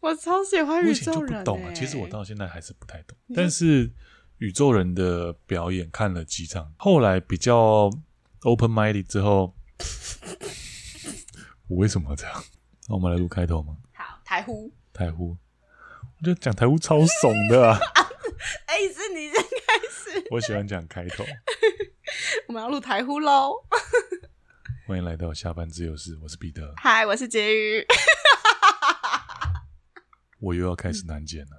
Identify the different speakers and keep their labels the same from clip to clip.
Speaker 1: 我超喜欢
Speaker 2: 我
Speaker 1: 宇
Speaker 2: 以前就
Speaker 1: 宙
Speaker 2: 不
Speaker 1: 人、欸。
Speaker 2: 懂啊，其实我到现在还是不太懂。
Speaker 1: 你就
Speaker 2: 但是宇宙人的表演看了几场，后来比较 open minded 之后，我为什么这样？那我们来录开头吗？
Speaker 1: 好台呼，
Speaker 2: 台呼，我觉得讲台呼超怂的、啊，
Speaker 1: 哎、是你先开始，
Speaker 2: 我喜欢讲开头。
Speaker 1: 我们要录台呼喽。
Speaker 2: 欢迎来到下班自由室，我是彼得，
Speaker 1: 嗨，我是婕妤。
Speaker 2: 我又要开始难剪了。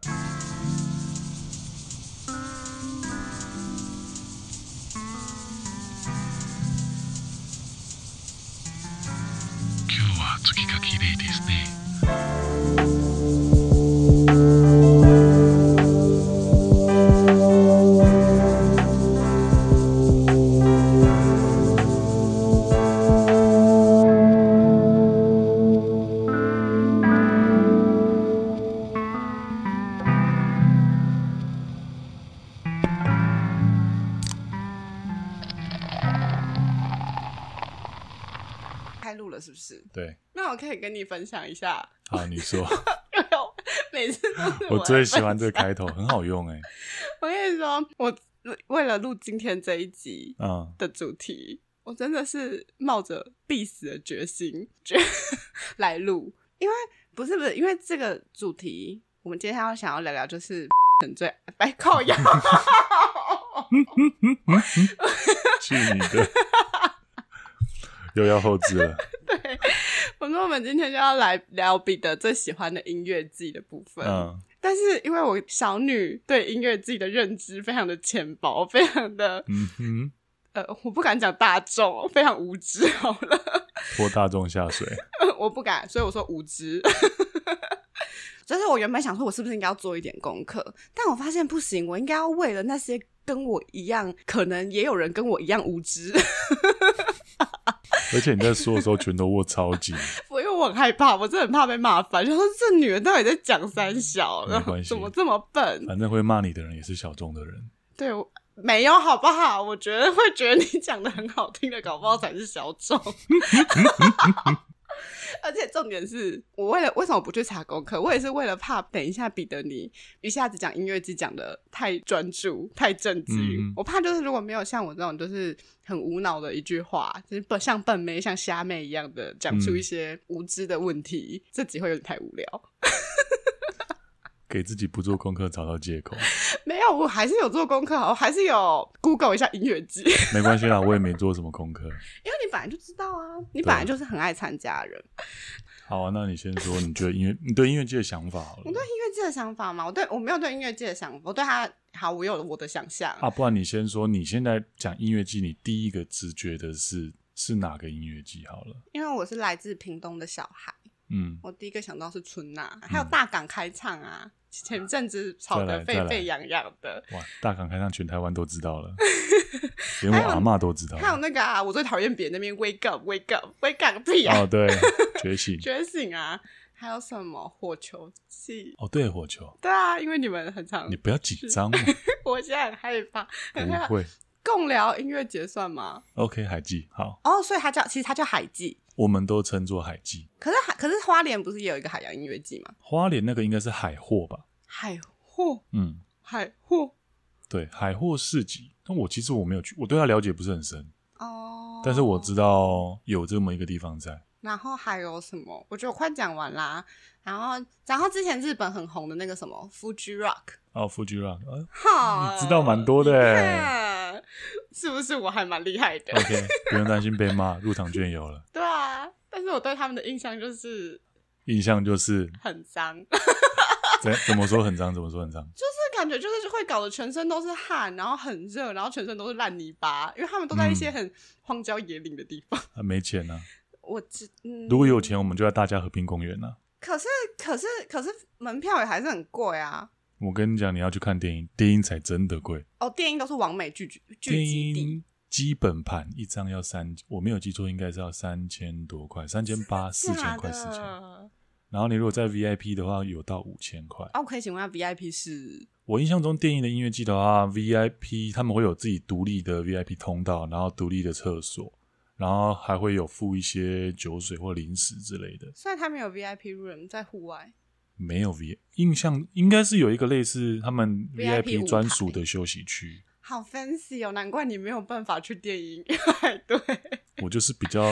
Speaker 1: 开录了是不是？
Speaker 2: 对，
Speaker 1: 那我可以跟你分享一下，
Speaker 2: 好，你 说，
Speaker 1: 因为我每次都是
Speaker 2: 我
Speaker 1: 来
Speaker 2: 最喜欢
Speaker 1: 分
Speaker 2: 这个开头，很好用哎、
Speaker 1: 我跟你说，我为了录今天这一集
Speaker 2: 嗯，
Speaker 1: 的主题，我真的是冒着必死的决心决 来录，因为不是不是，因为这个主题，我们今天要想要聊聊就是 很最哎靠腰，
Speaker 2: 去你的，又要后置了。
Speaker 1: 我说我们今天就要来聊彼得最喜欢的音乐季的部分。
Speaker 2: 嗯，
Speaker 1: 但是因为我小女对音乐季的认知非常的浅薄， 非常的
Speaker 2: 嗯哼，
Speaker 1: 呃，我不敢讲大众，非常无知好了。
Speaker 2: 拖大众下水。
Speaker 1: 我不敢，所以我说无知。 就是我原本想说，我是不是应该要做一点功课？但我发现不行，我应该要为了那些跟我一样，可能也有人跟我一样无知，
Speaker 2: 而且你在说的时候，拳头握超级，
Speaker 1: 我因为我很害怕，我真的很怕被骂烦。然后这女人到底在讲三小，
Speaker 2: 没
Speaker 1: 然后
Speaker 2: 关系
Speaker 1: 怎么这么笨？
Speaker 2: 反正会骂你的人也是小众的人。
Speaker 1: 对，我没有好不好？我觉得会 觉得你讲的很好听的，搞不好才是小众。 而且重点是我为了为什么不去查功课？我也是为了怕等一下彼得你一下子讲音乐剧讲的太专注、太正经，
Speaker 2: 嗯
Speaker 1: 我怕就是如果没有像我这种就是很无脑的一句话，就是笨像笨妹、像虾妹一样的讲
Speaker 2: 嗯
Speaker 1: 出一些无知的问题，这集会有点太无聊。
Speaker 2: 给自己不做功课找到借口，
Speaker 1: 没有，我还是有做功课，我还是有 Google 一下音乐剧。
Speaker 2: 没关系啦，我也没做什么功课。
Speaker 1: 因为你本来就知道啊，你本来就是很爱参加的人。
Speaker 2: 好啊，那你先说，你觉得音乐， 你对音乐界的想法好了
Speaker 1: 我对音乐界的想法嘛，我对我没有对音乐界的想法，我对他好，我有我的想象。
Speaker 2: 啊？不然你先说，你现在讲音乐季，你第一个直觉的是是哪个音乐季？好了，
Speaker 1: 因为我是来自屏东的小孩，
Speaker 2: 嗯，
Speaker 1: 我第一个想到是春娜，还有大港开唱啊，前阵子吵
Speaker 2: 再
Speaker 1: 得
Speaker 2: 来再
Speaker 1: 沸
Speaker 2: 来
Speaker 1: 沸扬扬的。
Speaker 2: 哇，大港开唱，全台湾都知 道了，连我阿嬷都知道
Speaker 1: 还有
Speaker 2: 了。
Speaker 1: 那个啊，我最讨厌别人那边 wake up wake up wake up 个屁啊，
Speaker 2: 哦，对，觉醒，
Speaker 1: 觉醒啊！还有什么火球季？
Speaker 2: 哦，对，火球，
Speaker 1: 对啊，因为你们很常
Speaker 2: 你，不要紧张嘛，哦
Speaker 1: 我现在很害怕，很害
Speaker 2: 不
Speaker 1: 怕。
Speaker 2: 会。
Speaker 1: 共聊音乐节算吗？
Speaker 2: OK，海记好，
Speaker 1: 哦，所以它叫，其实它叫海记。
Speaker 2: 我们都称作海记。
Speaker 1: 可是海，可是花莲不是也有一个海洋音乐季吗？
Speaker 2: 花莲那个应该是海货吧？
Speaker 1: 海货，
Speaker 2: 嗯，
Speaker 1: 海货，
Speaker 2: 对，海货市集。但我其实我没有去，我对它了解不是很深，
Speaker 1: 哦。
Speaker 2: 但是我知道有这么一个地方在。
Speaker 1: 然后还有什么？我觉得我快讲完啦。然后，然后之前日本很红的那个什么 Fuji Rock，
Speaker 2: 哦，富居浪，呃
Speaker 1: 哈，
Speaker 2: 你知道蛮多的欸。
Speaker 1: 耶是不是？我还蛮厉害的。
Speaker 2: OK，不 用担心被骂，入场券有了。
Speaker 1: 对啊，但是我对他们的印象就是
Speaker 2: 印象就是
Speaker 1: 很脏，
Speaker 2: 怎怎么说很脏，怎么说很脏。
Speaker 1: 这感觉就是会搞得全身都是汗，然后很热，然后全身都是烂泥巴，因为他们都在一些
Speaker 2: 嗯
Speaker 1: 很荒郊野岭的地方。
Speaker 2: 啊，没钱啊！
Speaker 1: 我知，嗯，
Speaker 2: 如果有钱，我们就在大家和平公园啊。
Speaker 1: 可是，可是，可是门票也还是很贵啊！
Speaker 2: 我跟你讲，你要去看电影，电影才真的贵。
Speaker 1: 哦，电影都是完美聚集聚
Speaker 2: 电
Speaker 1: 集地，
Speaker 2: 影基本盘一张要三，我没有记错，应该是要三千多块，三千八、四千块、四
Speaker 1: 假
Speaker 2: 千。
Speaker 1: 的
Speaker 2: 然后你如果在 VIP 的话，有到五千块。
Speaker 1: 哦，可以请问下 VIP 是？
Speaker 2: 我印象中，电影的音乐季啊的话，VIP 他们会有自己独立的 VIP 通道，然后独立的厕所，然后还会有附一些酒水或零食之类的。
Speaker 1: 虽然他们有 VIP room 在户外，
Speaker 2: 没有 V，印象应该是有一个类似他们
Speaker 1: VIP 舞
Speaker 2: VIP
Speaker 1: 台
Speaker 2: 专属的休息区。
Speaker 1: 好 fancy 哦，难怪你没有办法去电 影院。对，
Speaker 2: 我就是 比较，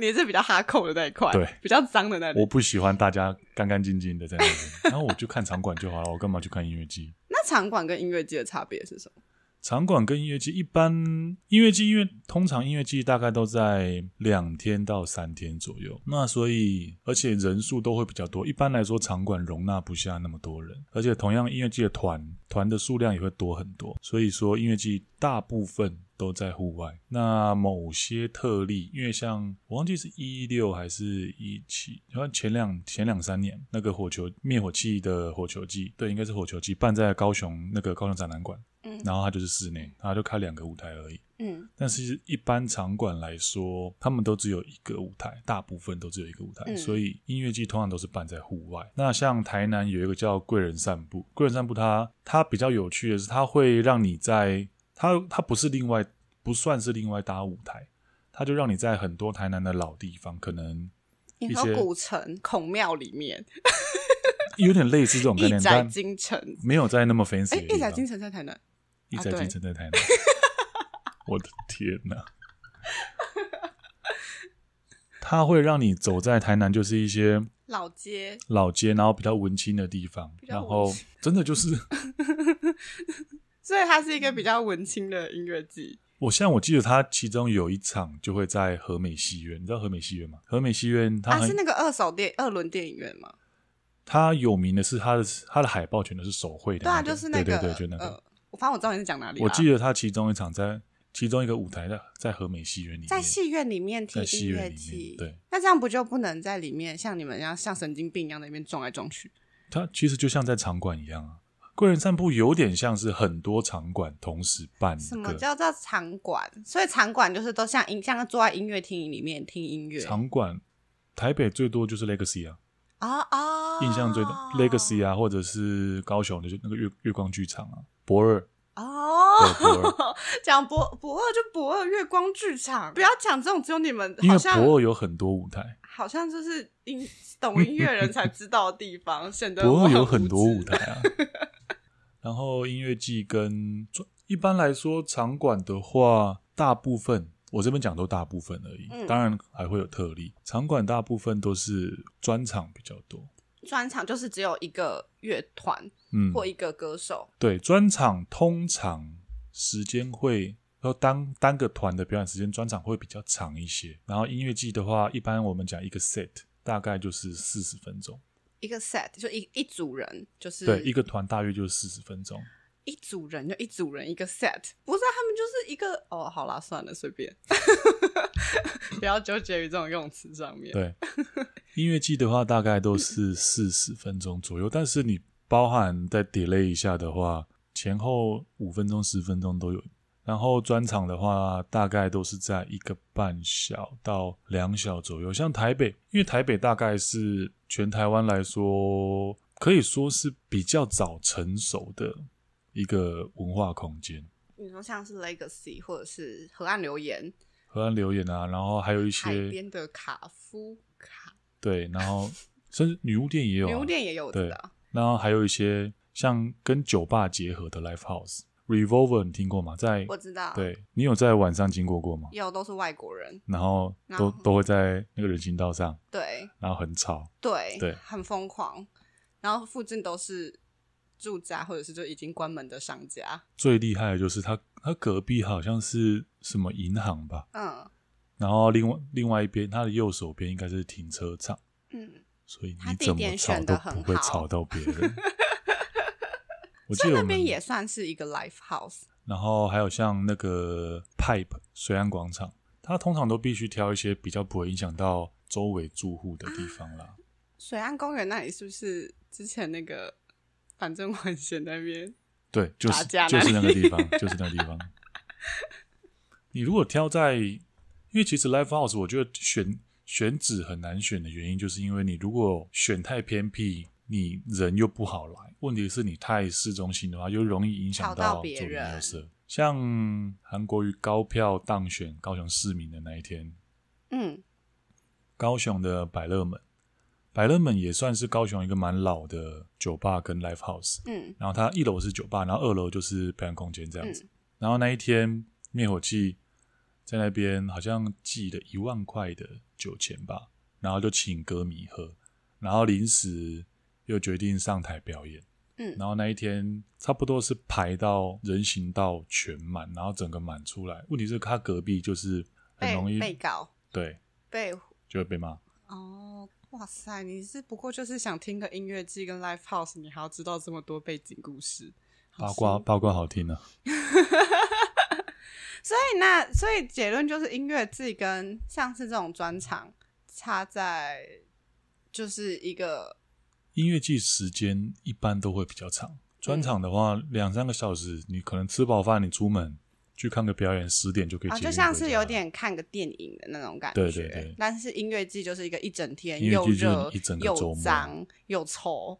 Speaker 1: 你是比较哈扣的那一块，
Speaker 2: 对，
Speaker 1: 比较脏的那里
Speaker 2: 我。不喜欢大家干干净净的在那边，然后我就看场馆就好了，我干嘛去看音乐季？
Speaker 1: 那场馆跟音乐季的差别是什么？
Speaker 2: 场馆跟音乐季一般，音乐季因为通常音乐季大概都在两天到三天左右，那所以而且人数都会比较多。一般来说，场馆容纳不下那么多人，而且同样音乐季的团团的数量也会多很多，所以说音乐季大部分。都在户外，那某些特例，因为像我忘记是一六还是一七，好像前两前两三年那个火球灭火器的火球季，对，应该是火球季办在高雄那个高雄展览馆，
Speaker 1: 嗯
Speaker 2: 然后它就是室内，它就开两个舞台而已。
Speaker 1: 嗯，
Speaker 2: 但是，一般场馆来说，他们都只有一个舞台，大部分都只有一个舞台，
Speaker 1: 嗯
Speaker 2: 所以音乐季通常都是办在户外。那像台南有一个叫贵人散步，贵人散步它它比较有趣的是，它会让你在它它不是另外不算是另外搭舞台，它就让你在很多台南的老地方，可能
Speaker 1: 你
Speaker 2: 一
Speaker 1: 说
Speaker 2: 些
Speaker 1: 古城孔庙里面，
Speaker 2: 有点类似这种概
Speaker 1: 义
Speaker 2: 念，
Speaker 1: 宅
Speaker 2: 但
Speaker 1: 京城，
Speaker 2: 没有在那么 fancy
Speaker 1: 哎，
Speaker 2: 的地
Speaker 1: 义宅
Speaker 2: 方。
Speaker 1: 京城在台南，
Speaker 2: 一
Speaker 1: 啊
Speaker 2: 宅
Speaker 1: 对
Speaker 2: 京城 在台南。我的天哪！它会让你走在台南，就是一些
Speaker 1: 老街
Speaker 2: 老街，然后比较文青的地方，
Speaker 1: 比较
Speaker 2: 然
Speaker 1: 文
Speaker 2: 后
Speaker 1: 青
Speaker 2: 真的就是，
Speaker 1: 所以它是一个比较文青的音乐季。
Speaker 2: 我像我记得它其中有一场就会在和美戏院，你知道和美戏院吗？和美戏院它
Speaker 1: 啊，
Speaker 2: 很、
Speaker 1: 是那个二手电二轮电影院吗？
Speaker 2: 它有名的是它的它的海报全都是手绘的
Speaker 1: 对
Speaker 2: 那
Speaker 1: 啊，
Speaker 2: 个，
Speaker 1: 就是那
Speaker 2: 对
Speaker 1: 个，
Speaker 2: 对对，就那个。
Speaker 1: 呃，啊我反正我知道你是讲哪里啦。
Speaker 2: 我记得它其中一场在其中一个舞台在在和美戏院里面，
Speaker 1: 在戏院里面听
Speaker 2: 在戏
Speaker 1: 音
Speaker 2: 院
Speaker 1: 乐
Speaker 2: 里面
Speaker 1: 季，
Speaker 2: 对，
Speaker 1: 那这样不就不能在里面像你们一样像神经病一样在那边撞来撞去？
Speaker 2: 它其实就像在场馆一样啊。贵人散步有点像是很多场馆同时办
Speaker 1: 什么
Speaker 2: 一个
Speaker 1: 叫做场馆？所以场馆就是都像音像坐在音乐厅里面听音乐。
Speaker 2: 场馆，台北最多就是 Legacy 啊，
Speaker 1: 啊啊，
Speaker 2: 印象最大、Legacy 啊，或者是高雄的就那个月月光剧场啊，博二对博
Speaker 1: 哦， 讲博博二就博二月光剧场，不要讲这种只有你们
Speaker 2: 因
Speaker 1: 好
Speaker 2: 为
Speaker 1: 像
Speaker 2: 博二有很多舞台，
Speaker 1: 好像就是音懂音乐人才知道的地 方，显得
Speaker 2: 博
Speaker 1: 我
Speaker 2: 二有
Speaker 1: 很
Speaker 2: 很
Speaker 1: 无
Speaker 2: 多
Speaker 1: 知
Speaker 2: 舞台啊。 然后音乐季跟一般来说场馆的话，大部分我这边讲都大部分而已，
Speaker 1: 嗯
Speaker 2: 当然还会有特例。场馆大部分都是专场比较多，
Speaker 1: 专场就是只有一个乐团
Speaker 2: 嗯，
Speaker 1: 或一个歌手，
Speaker 2: 对，专场通常时间会，然后单单个团的表演时间，专场会比较长一些。然后音乐季的话，一般我们讲一个 set 大概就是四十分钟，
Speaker 1: 一个 set 就一一组人，就是
Speaker 2: 对，一个团大约就是四十分钟。
Speaker 1: 一组人就一组人一个 set，不是、啊、他们就是一个哦，好啦，算了，随便， 不要纠结于这种用词上面。
Speaker 2: 对，音乐季的话大概都是四十分钟左右，但是你包含再 delay 一下的话，前后五分钟、十分钟都有。然后专场的话，大概都是在一个半小到两小左右。像台北，因为台北大概是全台湾来说，可以说是比较早成熟的一个文化空间。
Speaker 1: 你说像是 Legacy 或者是河岸留言、
Speaker 2: 河岸留言啊，然后还有一
Speaker 1: 海
Speaker 2: 些
Speaker 1: 边的卡夫卡，
Speaker 2: 对，然后甚至女巫店也有、啊，
Speaker 1: 牛店也有我知道，
Speaker 2: 然后还有一些像跟酒吧结合的 live house。Revolver 你听过吗？在
Speaker 1: 我知道，，
Speaker 2: 对你有在晚上经过过吗？
Speaker 1: 有都是外国人，
Speaker 2: 然后
Speaker 1: 然
Speaker 2: 都
Speaker 1: 后
Speaker 2: 都会在那个人行道上，
Speaker 1: 对
Speaker 2: 然后很吵。
Speaker 1: 对
Speaker 2: 对
Speaker 1: 很疯狂，然后附近都是住家或者是就已经关门的商家，
Speaker 2: 最厉害的就是他，他隔壁好像是什么银行吧，
Speaker 1: 嗯
Speaker 2: 然后另外另外一边，他的右手边应该是停车场，
Speaker 1: 嗯，
Speaker 2: 所以
Speaker 1: 他
Speaker 2: 你
Speaker 1: 地
Speaker 2: 怎么
Speaker 1: 点
Speaker 2: 吵
Speaker 1: 选
Speaker 2: 都
Speaker 1: 得很
Speaker 2: 不会
Speaker 1: 好
Speaker 2: 吵到别 人。我记
Speaker 1: 所以
Speaker 2: 得
Speaker 1: 那
Speaker 2: 我们
Speaker 1: 边，也算是一个 live house，
Speaker 2: 然后还有像那个 Pipe 水岸广场，它通常都必须挑一些比较不会影响到周围住户的地方啦。
Speaker 1: 水岸公园那里是不是之前那个 反正我很闲那边？
Speaker 2: 对，就是
Speaker 1: 打架
Speaker 2: 就
Speaker 1: 那
Speaker 2: 是
Speaker 1: 里
Speaker 2: 那个地方，就是那个地方。你如果挑在，因为其实 Live House 我觉得选选址很难选的原因，就是因为你如果选太偏僻，你人又不好来。问题是你太市中心的话，又容易影响
Speaker 1: 吵到
Speaker 2: 周
Speaker 1: 别
Speaker 2: 边
Speaker 1: 人
Speaker 2: 垃圾。像韩国瑜高票当选高雄市民的那一天，
Speaker 1: 嗯，
Speaker 2: 高雄的百乐门，百乐门也算是高雄一个蛮老的酒吧跟 live house。
Speaker 1: 嗯
Speaker 2: 然后它一楼是酒吧，然后二楼就是表演空间这样子。然后那一天灭火器在那边好像寄了一万块的酒钱吧，然后就请歌迷喝，然后临时又决定上台表演。
Speaker 1: 嗯
Speaker 2: 然后那一天差不多是排到人行道全满，然后整个满出来。问题是他隔壁就是很
Speaker 1: 被
Speaker 2: 容易
Speaker 1: 被告
Speaker 2: 对
Speaker 1: 被
Speaker 2: 就会被骂。
Speaker 1: 哦，哇塞，你是不过就是想听个音乐季跟 live house，你还要知道这么多背景故事，好
Speaker 2: 八卦
Speaker 1: 辛苦。
Speaker 2: 八卦好听啊，
Speaker 1: 所以那所以结论就是音乐季跟像是这种专场差在就是一个
Speaker 2: 音乐季时间一般都会比较长，专场的话两三个小时，你可能吃饱饭你出门去看个表演，十点就可以
Speaker 1: 啊，
Speaker 2: 结束、
Speaker 1: 就像是有点看个电影的那种感觉。
Speaker 2: 对对对
Speaker 1: 但是音乐季就是一个一整天
Speaker 2: 音乐
Speaker 1: 又
Speaker 2: 季就是
Speaker 1: 热
Speaker 2: 一整个周
Speaker 1: 又
Speaker 2: 末
Speaker 1: 脏又臭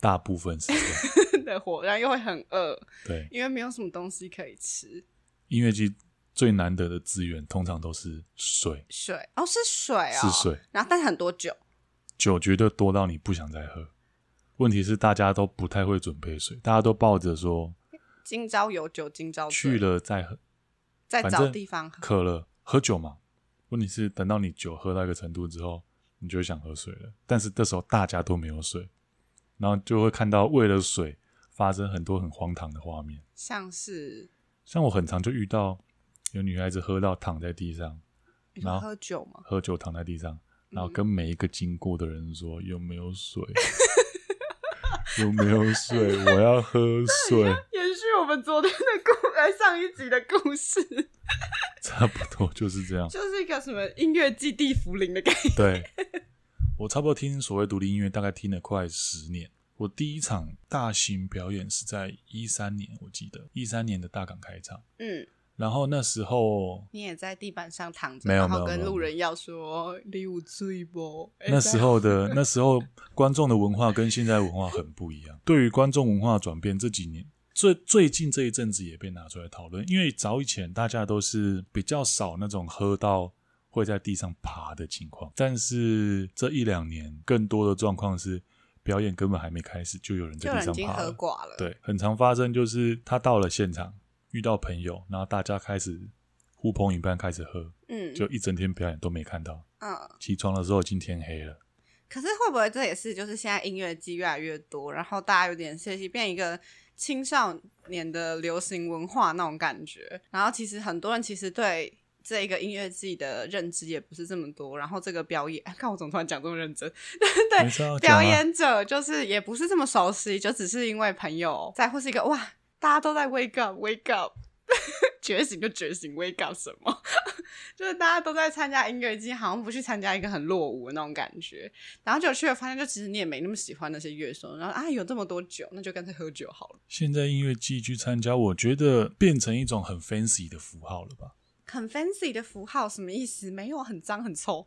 Speaker 2: 大部分 是这样。
Speaker 1: 的火，然后又会很饿，
Speaker 2: 对，
Speaker 1: 因为没有什么东西可以吃。
Speaker 2: 音乐季最难得的资源通常都是水，
Speaker 1: 水哦，是水哦，
Speaker 2: 是水，
Speaker 1: 然后但是很多酒，
Speaker 2: 酒绝对多到你不想再喝。问题是大家都不太会准备水，大家都抱着说
Speaker 1: 今朝有酒今朝醉
Speaker 2: 去了再喝，
Speaker 1: 再
Speaker 2: 反
Speaker 1: 找
Speaker 2: 正
Speaker 1: 地方喝。
Speaker 2: 渴了喝酒嘛。问题是等到你酒喝到一个程度之后，你就会想喝水了，但是这时候大家都没有水，然后就会看到为了水发生很多很荒唐的画面。
Speaker 1: 像 是
Speaker 2: 像我很常就遇到有女孩子喝到躺在地上，
Speaker 1: 你说
Speaker 2: 然后
Speaker 1: 喝酒吗？
Speaker 2: 喝酒躺在地上，然后跟每一个经过的人说
Speaker 1: 嗯
Speaker 2: 有没有水，有没有水， 我要喝水，
Speaker 1: 延续我们昨天的故，呃，上一集的故事，
Speaker 2: 差不多就是这样。
Speaker 1: 就是一个什么音乐季地福林的概念。
Speaker 2: 对，我差不多听所谓独立音乐，大概听了快十年。我第一场大型表演是在一三年，我记得一三年的大港开场。
Speaker 1: 嗯，
Speaker 2: 然后那时候，
Speaker 1: 你也在地板上躺着，
Speaker 2: 没有
Speaker 1: 然
Speaker 2: 没
Speaker 1: 后
Speaker 2: 有
Speaker 1: 跟
Speaker 2: 没有
Speaker 1: 路
Speaker 2: 没有
Speaker 1: 人要说“你有醉不？”哎
Speaker 2: 那时候的那时候观众的文化跟现在文化很不一样。对于观众文化的转变，这几年最最近这一阵子也被拿出来讨论，因为早以前大家都是比较少那种喝到会在地上爬的情况，但是这一两年更多的状况是表演根本还没开始就有人
Speaker 1: 就
Speaker 2: 在
Speaker 1: 有人已
Speaker 2: 地上
Speaker 1: 经
Speaker 2: 爬
Speaker 1: 喝
Speaker 2: 了。
Speaker 1: 挂了。，
Speaker 2: 对，很常发生就是他到了现场遇到朋友，然后大家开始呼朋引伴开始喝，
Speaker 1: 嗯，
Speaker 2: 就一整天表演都没看到，
Speaker 1: 嗯。
Speaker 2: 起床的时候已经天黑了。
Speaker 1: 可是会不会这也是就是现在音乐季越来越多，然后大家有点学习变一个青少年的流行文化那种感觉？然后其实很多人其实对这一个音乐季的认知也不是这么多，然后这个表演，哎看我怎么突然讲这么认真， 对
Speaker 2: 没事啊讲
Speaker 1: 表
Speaker 2: 啊
Speaker 1: 演者就是也不是这么熟悉，就只是因为朋友在，或是一个哇，大家都在 wake up，wake up，觉醒就觉醒，wake up 什么？ 就是大家都在参加音乐季，好像不去参加一个很落伍的那种感觉。然后就去了，发现就其实你也没那么喜欢那些乐手，然后啊有这么多酒，那就干脆喝酒好了，
Speaker 2: 现在音乐季去参加，我觉得变成一种很 fancy 的符号了吧？
Speaker 1: 很 fancy 的符号什么意思？没有很脏很臭，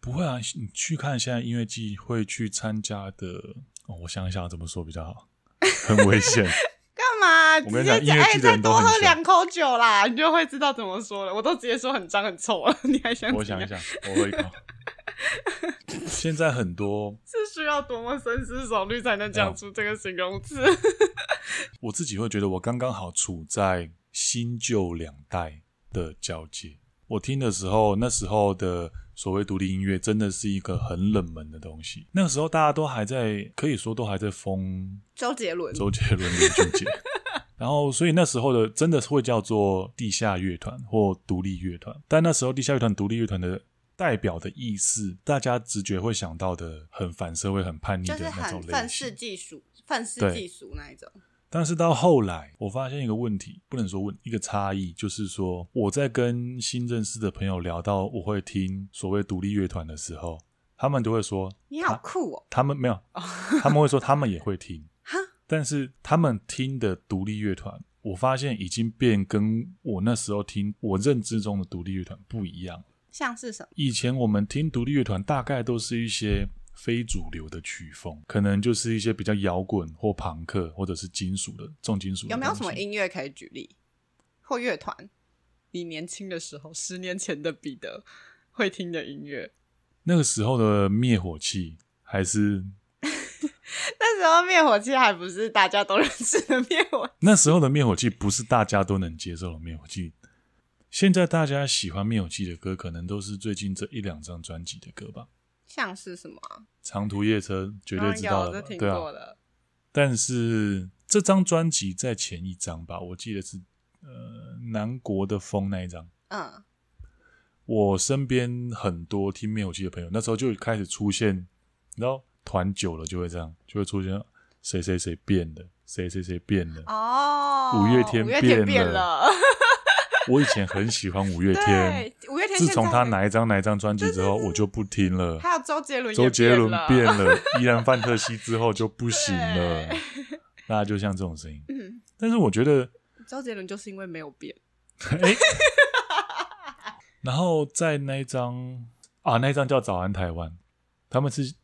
Speaker 2: 不会啊，你去看现在音乐季会去参加的，哦、我想一想怎么说比 较好，很危险。
Speaker 1: 干嘛？
Speaker 2: 我跟
Speaker 1: 直接
Speaker 2: 你讲
Speaker 1: 讲，
Speaker 2: 音乐
Speaker 1: 哎、
Speaker 2: 季的
Speaker 1: 再
Speaker 2: 人都
Speaker 1: 多
Speaker 2: 很
Speaker 1: 喝
Speaker 2: 凶
Speaker 1: 两口酒啦，你就会知道怎么说了。我都直接说很脏很臭了，你还想？
Speaker 2: 我想一，想，我喝一口。 现在很多
Speaker 1: 是需要多么深思熟虑才能讲出这个形容词？
Speaker 2: 我自己会觉得，我刚刚好处在新旧两代的交界。我听的时候，那时候的所谓独立音乐真的是一个很冷门的东西。那个时候大家都还在，可以说都还在疯
Speaker 1: 周杰伦，
Speaker 2: 周杰伦、林俊杰。然后，所以那时候的真的是会叫做地下乐团或独立乐团，但那时候地下乐团、独立乐团的代表的意思，大家直觉会想到的很反社会、很叛逆
Speaker 1: 就
Speaker 2: 的
Speaker 1: 是
Speaker 2: 那
Speaker 1: 很
Speaker 2: 种类
Speaker 1: 愤
Speaker 2: 型
Speaker 1: 世。嫉俗、愤世
Speaker 2: 对
Speaker 1: 嫉俗那一种。
Speaker 2: 但是到后来，我发现一个问题，不能说问一个差异，就是说我在跟新认识的朋友聊到我会听所谓独立乐团的时候，他们都会说
Speaker 1: 你好酷哦！
Speaker 2: 他们没有，他们会说他们也会听
Speaker 1: 哈，
Speaker 2: 但是他们听的独立乐团，我发现已经变跟我那时候听我认知中的独立乐团不一样。
Speaker 1: 像是什么？
Speaker 2: 以前我们听独立乐团，大概都是一些非主流的曲风，可能就是一些比较摇滚或朋克，或者是金属的重金属的
Speaker 1: 有
Speaker 2: 东西。
Speaker 1: 没有什么音乐可以举例？或乐团？你年轻的时候，十年前的彼得会听的音乐，
Speaker 2: 那个时候的灭火器还是
Speaker 1: 那时候灭火器还不是大家都认识的灭火，
Speaker 2: 那时候的灭火器不是大家都能接受的灭火器。现在大家喜欢灭火器的歌，可能都是最近这一两张专辑的歌吧。
Speaker 1: 像是什么啊？
Speaker 2: 长途夜车绝对知道
Speaker 1: 嗯有
Speaker 2: 了
Speaker 1: 这
Speaker 2: 吧，
Speaker 1: 听
Speaker 2: 对啊
Speaker 1: 过。的。
Speaker 2: 但是这张专辑在前一张吧，我记得是呃南国的风那一张。
Speaker 1: 嗯，
Speaker 2: 我身边很多听灭火器的朋友，那时候就开始出现，然后团久了就会这样，就会出现谁谁谁变了，谁谁谁变了。
Speaker 1: 哦，
Speaker 2: 五月天
Speaker 1: 五月天
Speaker 2: 变
Speaker 1: 变
Speaker 2: 了
Speaker 1: 了，
Speaker 2: 我以前很喜欢五月天，
Speaker 1: 对，五月天
Speaker 2: 自
Speaker 1: 现
Speaker 2: 从
Speaker 1: 在
Speaker 2: 他
Speaker 1: 也
Speaker 2: 哪一张哪一张专辑之后，我就不听了。
Speaker 1: 还有周杰伦也
Speaker 2: 周杰伦
Speaker 1: 了
Speaker 2: 变 了，依然范特西之后就不行了
Speaker 1: 对。
Speaker 2: 大家就像这种声音，
Speaker 1: 嗯
Speaker 2: 但是我觉得，
Speaker 1: 周杰伦就是因为没有变，
Speaker 2: 哎、然后在那一张啊，那一张叫《早安台湾》，他们是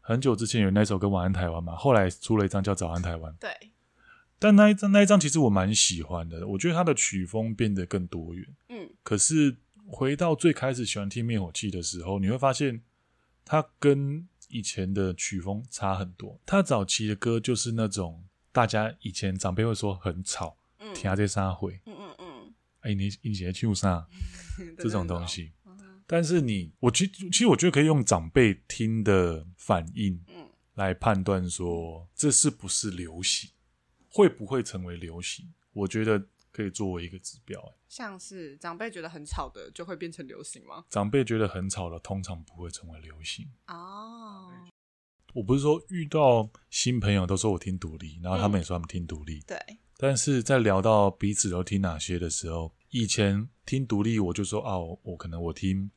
Speaker 2: 很久之前有那首歌《晚安台湾》嘛，后来出了一张叫《早安台湾》，
Speaker 1: 对，
Speaker 2: 但那一张那一张其实我蛮喜欢的，我觉得它的曲风变得更多元。
Speaker 1: 嗯，
Speaker 2: 可是回到最开始喜欢听灭火器的时候，你会发现它跟以前的曲风差很多。它早期的歌就是那种大家以前长辈会说很吵，
Speaker 1: 嗯
Speaker 2: 听这三回，
Speaker 1: 嗯嗯 嗯
Speaker 2: 哎、你你写去啥
Speaker 1: 嗯，
Speaker 2: 这种东西。
Speaker 1: 对，对对嗯
Speaker 2: 但是你，我其其实我觉得可以用长辈听的反应
Speaker 1: 嗯
Speaker 2: 来判断说这是不是流行，会不会成为流行？我觉得可以作为一个指标、哎
Speaker 1: 像是长辈觉得很吵的，就会变成流行吗？
Speaker 2: 长辈觉得很吵的，通常不会成为流行。
Speaker 1: 哦，
Speaker 2: 我不是说遇到新朋友都说我听独立，然后他们
Speaker 1: 嗯
Speaker 2: 也说他们听独立，
Speaker 1: 对，
Speaker 2: 但是在聊到彼此都听哪些的时候，以前听独立我就说啊，我我可能我听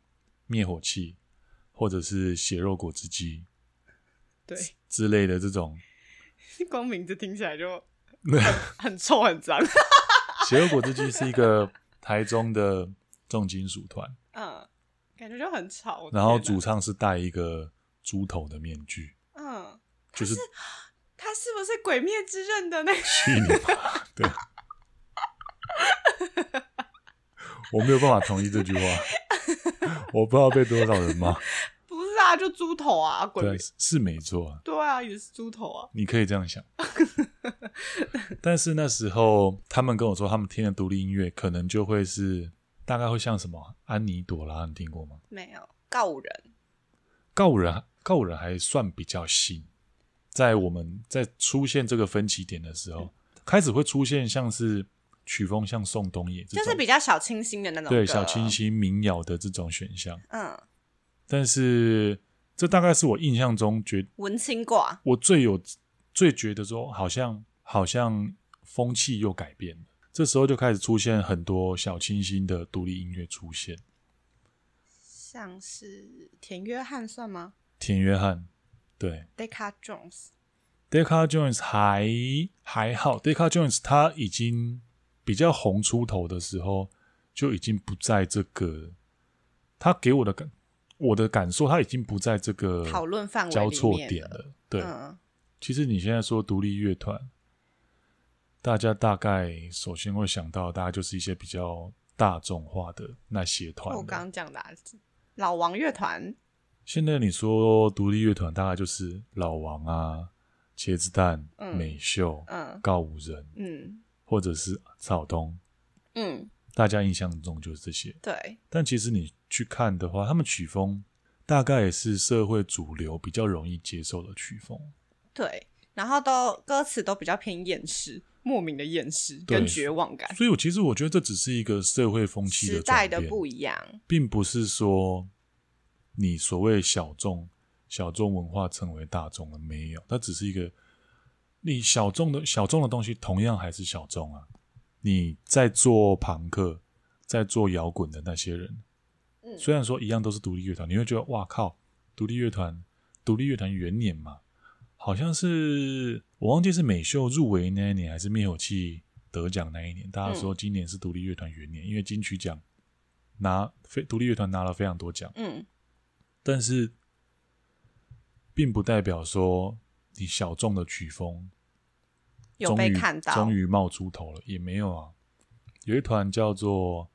Speaker 2: 灭火器或者是血肉果汁机
Speaker 1: 对，
Speaker 2: 之类的这种，
Speaker 1: 光名字听起来就很臭很 脏。
Speaker 2: 血肉果汁机是一个台中的重金属 团，
Speaker 1: 嗯，感觉就很吵。
Speaker 2: 然后
Speaker 1: 天
Speaker 2: 主
Speaker 1: 哪
Speaker 2: 唱是戴一个猪头的面具，
Speaker 1: 嗯，
Speaker 2: 就是
Speaker 1: 他是不是《鬼灭之刃》的那个？
Speaker 2: 去你妈！对，我没有办法同意这句话，我不知道被多少人骂。
Speaker 1: 不是啊，就猪头啊，鬼
Speaker 2: 对
Speaker 1: 灭
Speaker 2: 啊，。是是没错啊，
Speaker 1: 对啊，也是猪头啊。
Speaker 2: 你可以这样想。但是那时候他们跟我说，他们听的独立音乐可能就会是大概会像什么安妮朵拉，你听过吗？
Speaker 1: 没有告五人，
Speaker 2: 告五人，告五人还算比较新，在我们在出现这个分歧点的时候，开始会出现像是曲风像宋冬野这种，
Speaker 1: 就是比较小清新的那种。
Speaker 2: 对小清。新民谣的这种选项，
Speaker 1: 嗯，
Speaker 2: 但是这大概是我印象中觉
Speaker 1: 文青挂。
Speaker 2: 我最有最觉得说好像好像风气又改变了，这时候就开始出现很多小清新的独立音乐出现，
Speaker 1: 像是田约翰算吗
Speaker 2: 田约翰对。
Speaker 1: ？Decca Jones，
Speaker 2: Decca Jones 还还好，Decca Jones 他已经比较红出头的时候，就已经不在这个，他给我的感我的感受，他已经不在这个
Speaker 1: 讨论范围
Speaker 2: 交
Speaker 1: 里
Speaker 2: 错
Speaker 1: 面
Speaker 2: 点
Speaker 1: 了。
Speaker 2: 了。对，
Speaker 1: 嗯，
Speaker 2: 其实你现在说独立乐团，大家大概首先会想到，大概就是一些比较大众化的那些团
Speaker 1: 我
Speaker 2: 了。
Speaker 1: 刚刚讲的啊老王乐团，
Speaker 2: 现在你说独立乐团，大概就是老王啊、茄子蛋、
Speaker 1: 嗯
Speaker 2: 美秀、
Speaker 1: 嗯
Speaker 2: 告五人。
Speaker 1: 嗯
Speaker 2: 或者是草东，
Speaker 1: 嗯，
Speaker 2: 大家印象中就是这些。
Speaker 1: 对，
Speaker 2: 但其实你去看的话，他们曲风大概也是社会主流比较容易接受的曲风，
Speaker 1: 对，然后都歌词都比较偏厌世，莫名的厌世
Speaker 2: 对
Speaker 1: 跟绝望感，
Speaker 2: 所以我其实我觉得这只是一个社会风气
Speaker 1: 时
Speaker 2: 的
Speaker 1: 代
Speaker 2: 转
Speaker 1: 的
Speaker 2: 变，
Speaker 1: 不一样。
Speaker 2: 并不是说你所谓小众小众文化成为大众了没有，它只是一个你小众的小众的东西，同样还是小众啊。你在做朋克，在做摇滚的那些人，
Speaker 1: 嗯
Speaker 2: 虽然说一样都是独立乐团，你会觉得哇靠，独立乐团，独立乐团元年嘛，好像是我忘记是美秀入围那一年，还是灭火器得奖那一年。大家
Speaker 1: 嗯
Speaker 2: 说今年是独立乐团元年，因为金曲奖拿非独立乐团拿了非常多奖，
Speaker 1: 嗯，
Speaker 2: 但是并不代表说你小众的曲风
Speaker 1: 有
Speaker 2: 终
Speaker 1: 被
Speaker 2: 于
Speaker 1: 看到
Speaker 2: 终，于冒出头了，也没有啊。有一团叫做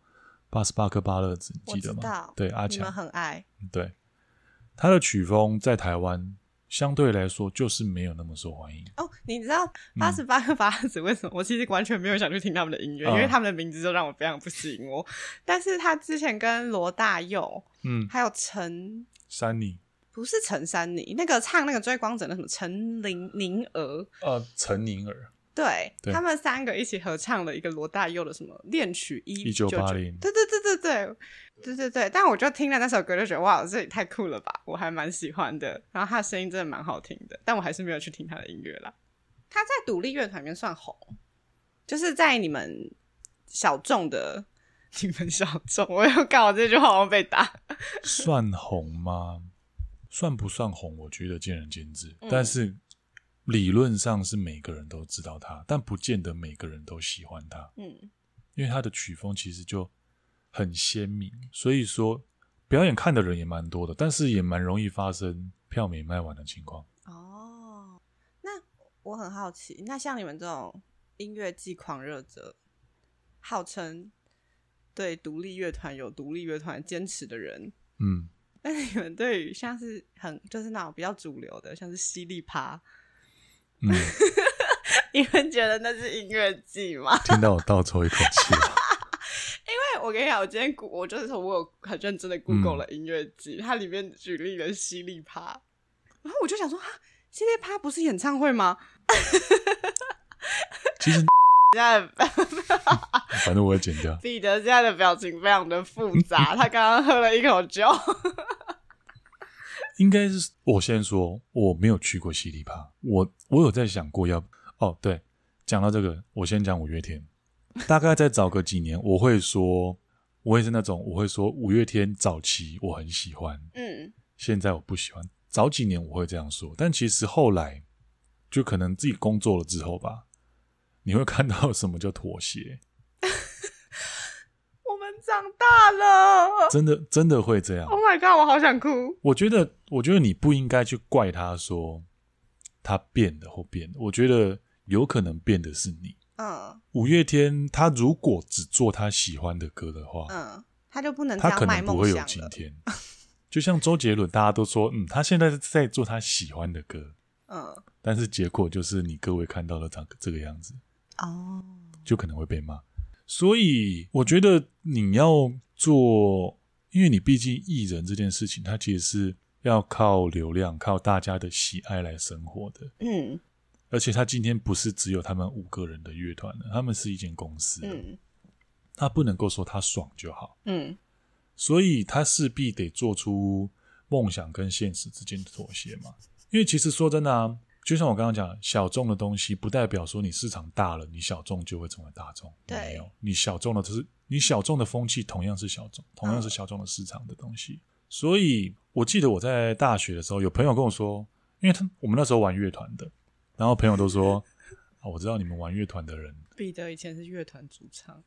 Speaker 2: 巴斯巴克巴勒子，你
Speaker 1: 我
Speaker 2: 记得
Speaker 1: 知
Speaker 2: 吗
Speaker 1: 道？，
Speaker 2: 对，阿
Speaker 1: 你
Speaker 2: 强
Speaker 1: 们，很爱，
Speaker 2: 对，它的曲风在台湾相对来说就是没有那么受欢迎。
Speaker 1: 哦，你知道
Speaker 2: 嗯
Speaker 1: 八十八个法子为什么？我其实完全没有想去听他们的音乐，
Speaker 2: 嗯
Speaker 1: 因为他们的名字就让我非常不吸引我。但是他之前跟罗大佑
Speaker 2: 嗯，
Speaker 1: 还有陈，
Speaker 2: 山里
Speaker 1: 不是陈珊妮，那个唱那个《追光者》的什么陈琳宁儿，
Speaker 2: 呃，陈宁儿，
Speaker 1: 对
Speaker 2: 对
Speaker 1: 他们三个一起合唱了一个罗大佑的什么《恋曲一
Speaker 2: 1980
Speaker 1: 对对对对对对对对。但我就听了那首歌，就觉得哇，这也太酷了吧，我还蛮喜欢的。然后他的声音真的蛮好听的，但我还是没有去听他的音乐啦。他在独立乐团里面算红，就是在你们小众的。 你们小众，我又搞这句话，好像被打。
Speaker 2: 算红吗？算不算红？我觉得见仁见智。
Speaker 1: 嗯
Speaker 2: 但是理论上是每个人都知道他，但不见得每个人都喜欢他，
Speaker 1: 嗯，
Speaker 2: 因为他的曲风其实就很鲜明。所以说，表演看的人也蛮多的，但是也蛮容易发生票没卖完的情况。
Speaker 1: 哦，那我很好奇，那像你们这种音乐季狂热者，号称对独立乐团有独立乐团坚持的人，
Speaker 2: 嗯，
Speaker 1: 那你们对于像是很就是那种比较主流的，像是犀利趴，
Speaker 2: 嗯
Speaker 1: 你们觉得那是音乐季吗？
Speaker 2: 听到我倒抽一口气了。
Speaker 1: 因为我跟你讲，我今天 Goo- 我就是说我有很认真的 Google 了音乐季，它里面举例了犀利趴，然后我就想说，哈，犀利趴不是演唱会吗？
Speaker 2: 其实，
Speaker 1: 现在。
Speaker 2: 反正我会剪掉。
Speaker 1: 彼得现在的表情非常的复杂，他刚刚喝了一口酒。
Speaker 2: 应该是我先说，我没有去过西里趴，我我有在想过要哦，对，讲到这个，我先讲五月天，大概再早个几年，我会说，我也是那种我会说五月天早期我很喜欢，
Speaker 1: 嗯
Speaker 2: 现在我不喜欢，早几年我会这样说，但其实后来就可能自己工作了之后吧，你会看到什么叫妥协，
Speaker 1: 我们长大了
Speaker 2: 真的真的会这样。
Speaker 1: ，Oh my god，我好想哭。
Speaker 2: 我觉得，我觉得你不应该去怪他说他变的或变的。我觉得有可能变的是你。
Speaker 1: 嗯
Speaker 2: 五月天他如果只做他喜欢的歌的话，
Speaker 1: 嗯，他就不能这
Speaker 2: 他可
Speaker 1: 样卖
Speaker 2: 能不
Speaker 1: 梦
Speaker 2: 会有
Speaker 1: 想
Speaker 2: 今
Speaker 1: 了。
Speaker 2: 天。 就像周杰伦，大家都说，嗯，他现在是在做他喜欢的歌，
Speaker 1: 嗯
Speaker 2: 但是结果就是你各位看到的长这个样子，
Speaker 1: 哦，
Speaker 2: 就可能会被骂。所以我觉得你要做，因为你毕竟艺人这件事情，它其实是要靠流量、靠大家的喜爱来生活的。
Speaker 1: 嗯
Speaker 2: 而且他今天不是只有他们五个人的乐团了，他们是一间公司，
Speaker 1: 嗯
Speaker 2: 他不能够说他爽就好，
Speaker 1: 嗯
Speaker 2: 所以他势必得做出梦想跟现实之间的妥协嘛。因为其实说真的啊，就像我刚刚讲，小众的东西不代表说你市场大了，你小众就会成为大众，
Speaker 1: 对
Speaker 2: 没有，你小众的只是你小众的风气同样是小众，同样是
Speaker 1: 嗯
Speaker 2: 小众的市场的东西。所以我记得我在大学的时候，有朋友跟我说，因为他我们那时候玩乐团的，然后朋友 都说啊，我知道你们玩乐团的人
Speaker 1: 彼得以前是乐团主唱，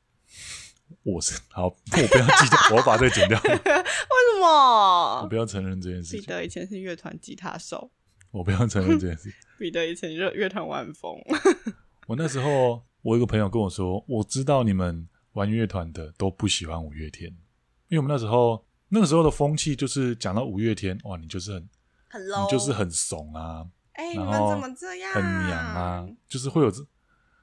Speaker 2: 我是好，我不要计较，我要把这个剪 掉，
Speaker 1: 为什
Speaker 2: 我
Speaker 1: 么
Speaker 2: 不？要承认这件事
Speaker 1: 彼
Speaker 2: 情，
Speaker 1: 得以前是乐团吉他手，
Speaker 2: 我不要承认这件事。
Speaker 1: 彼得以前乐乐团玩风。
Speaker 2: 我那时候，我有一个朋友跟我说，我知道你们玩乐团的都不喜欢五月天，因为我们那时候那个时候的风气就是讲到五月天，哇，你就是很
Speaker 1: 很
Speaker 2: 你就是很怂啊，
Speaker 1: 哎、你
Speaker 2: 然
Speaker 1: 们
Speaker 2: 后
Speaker 1: 怎么这样？
Speaker 2: 很娘啊，
Speaker 1: 嗯
Speaker 2: 就是会有这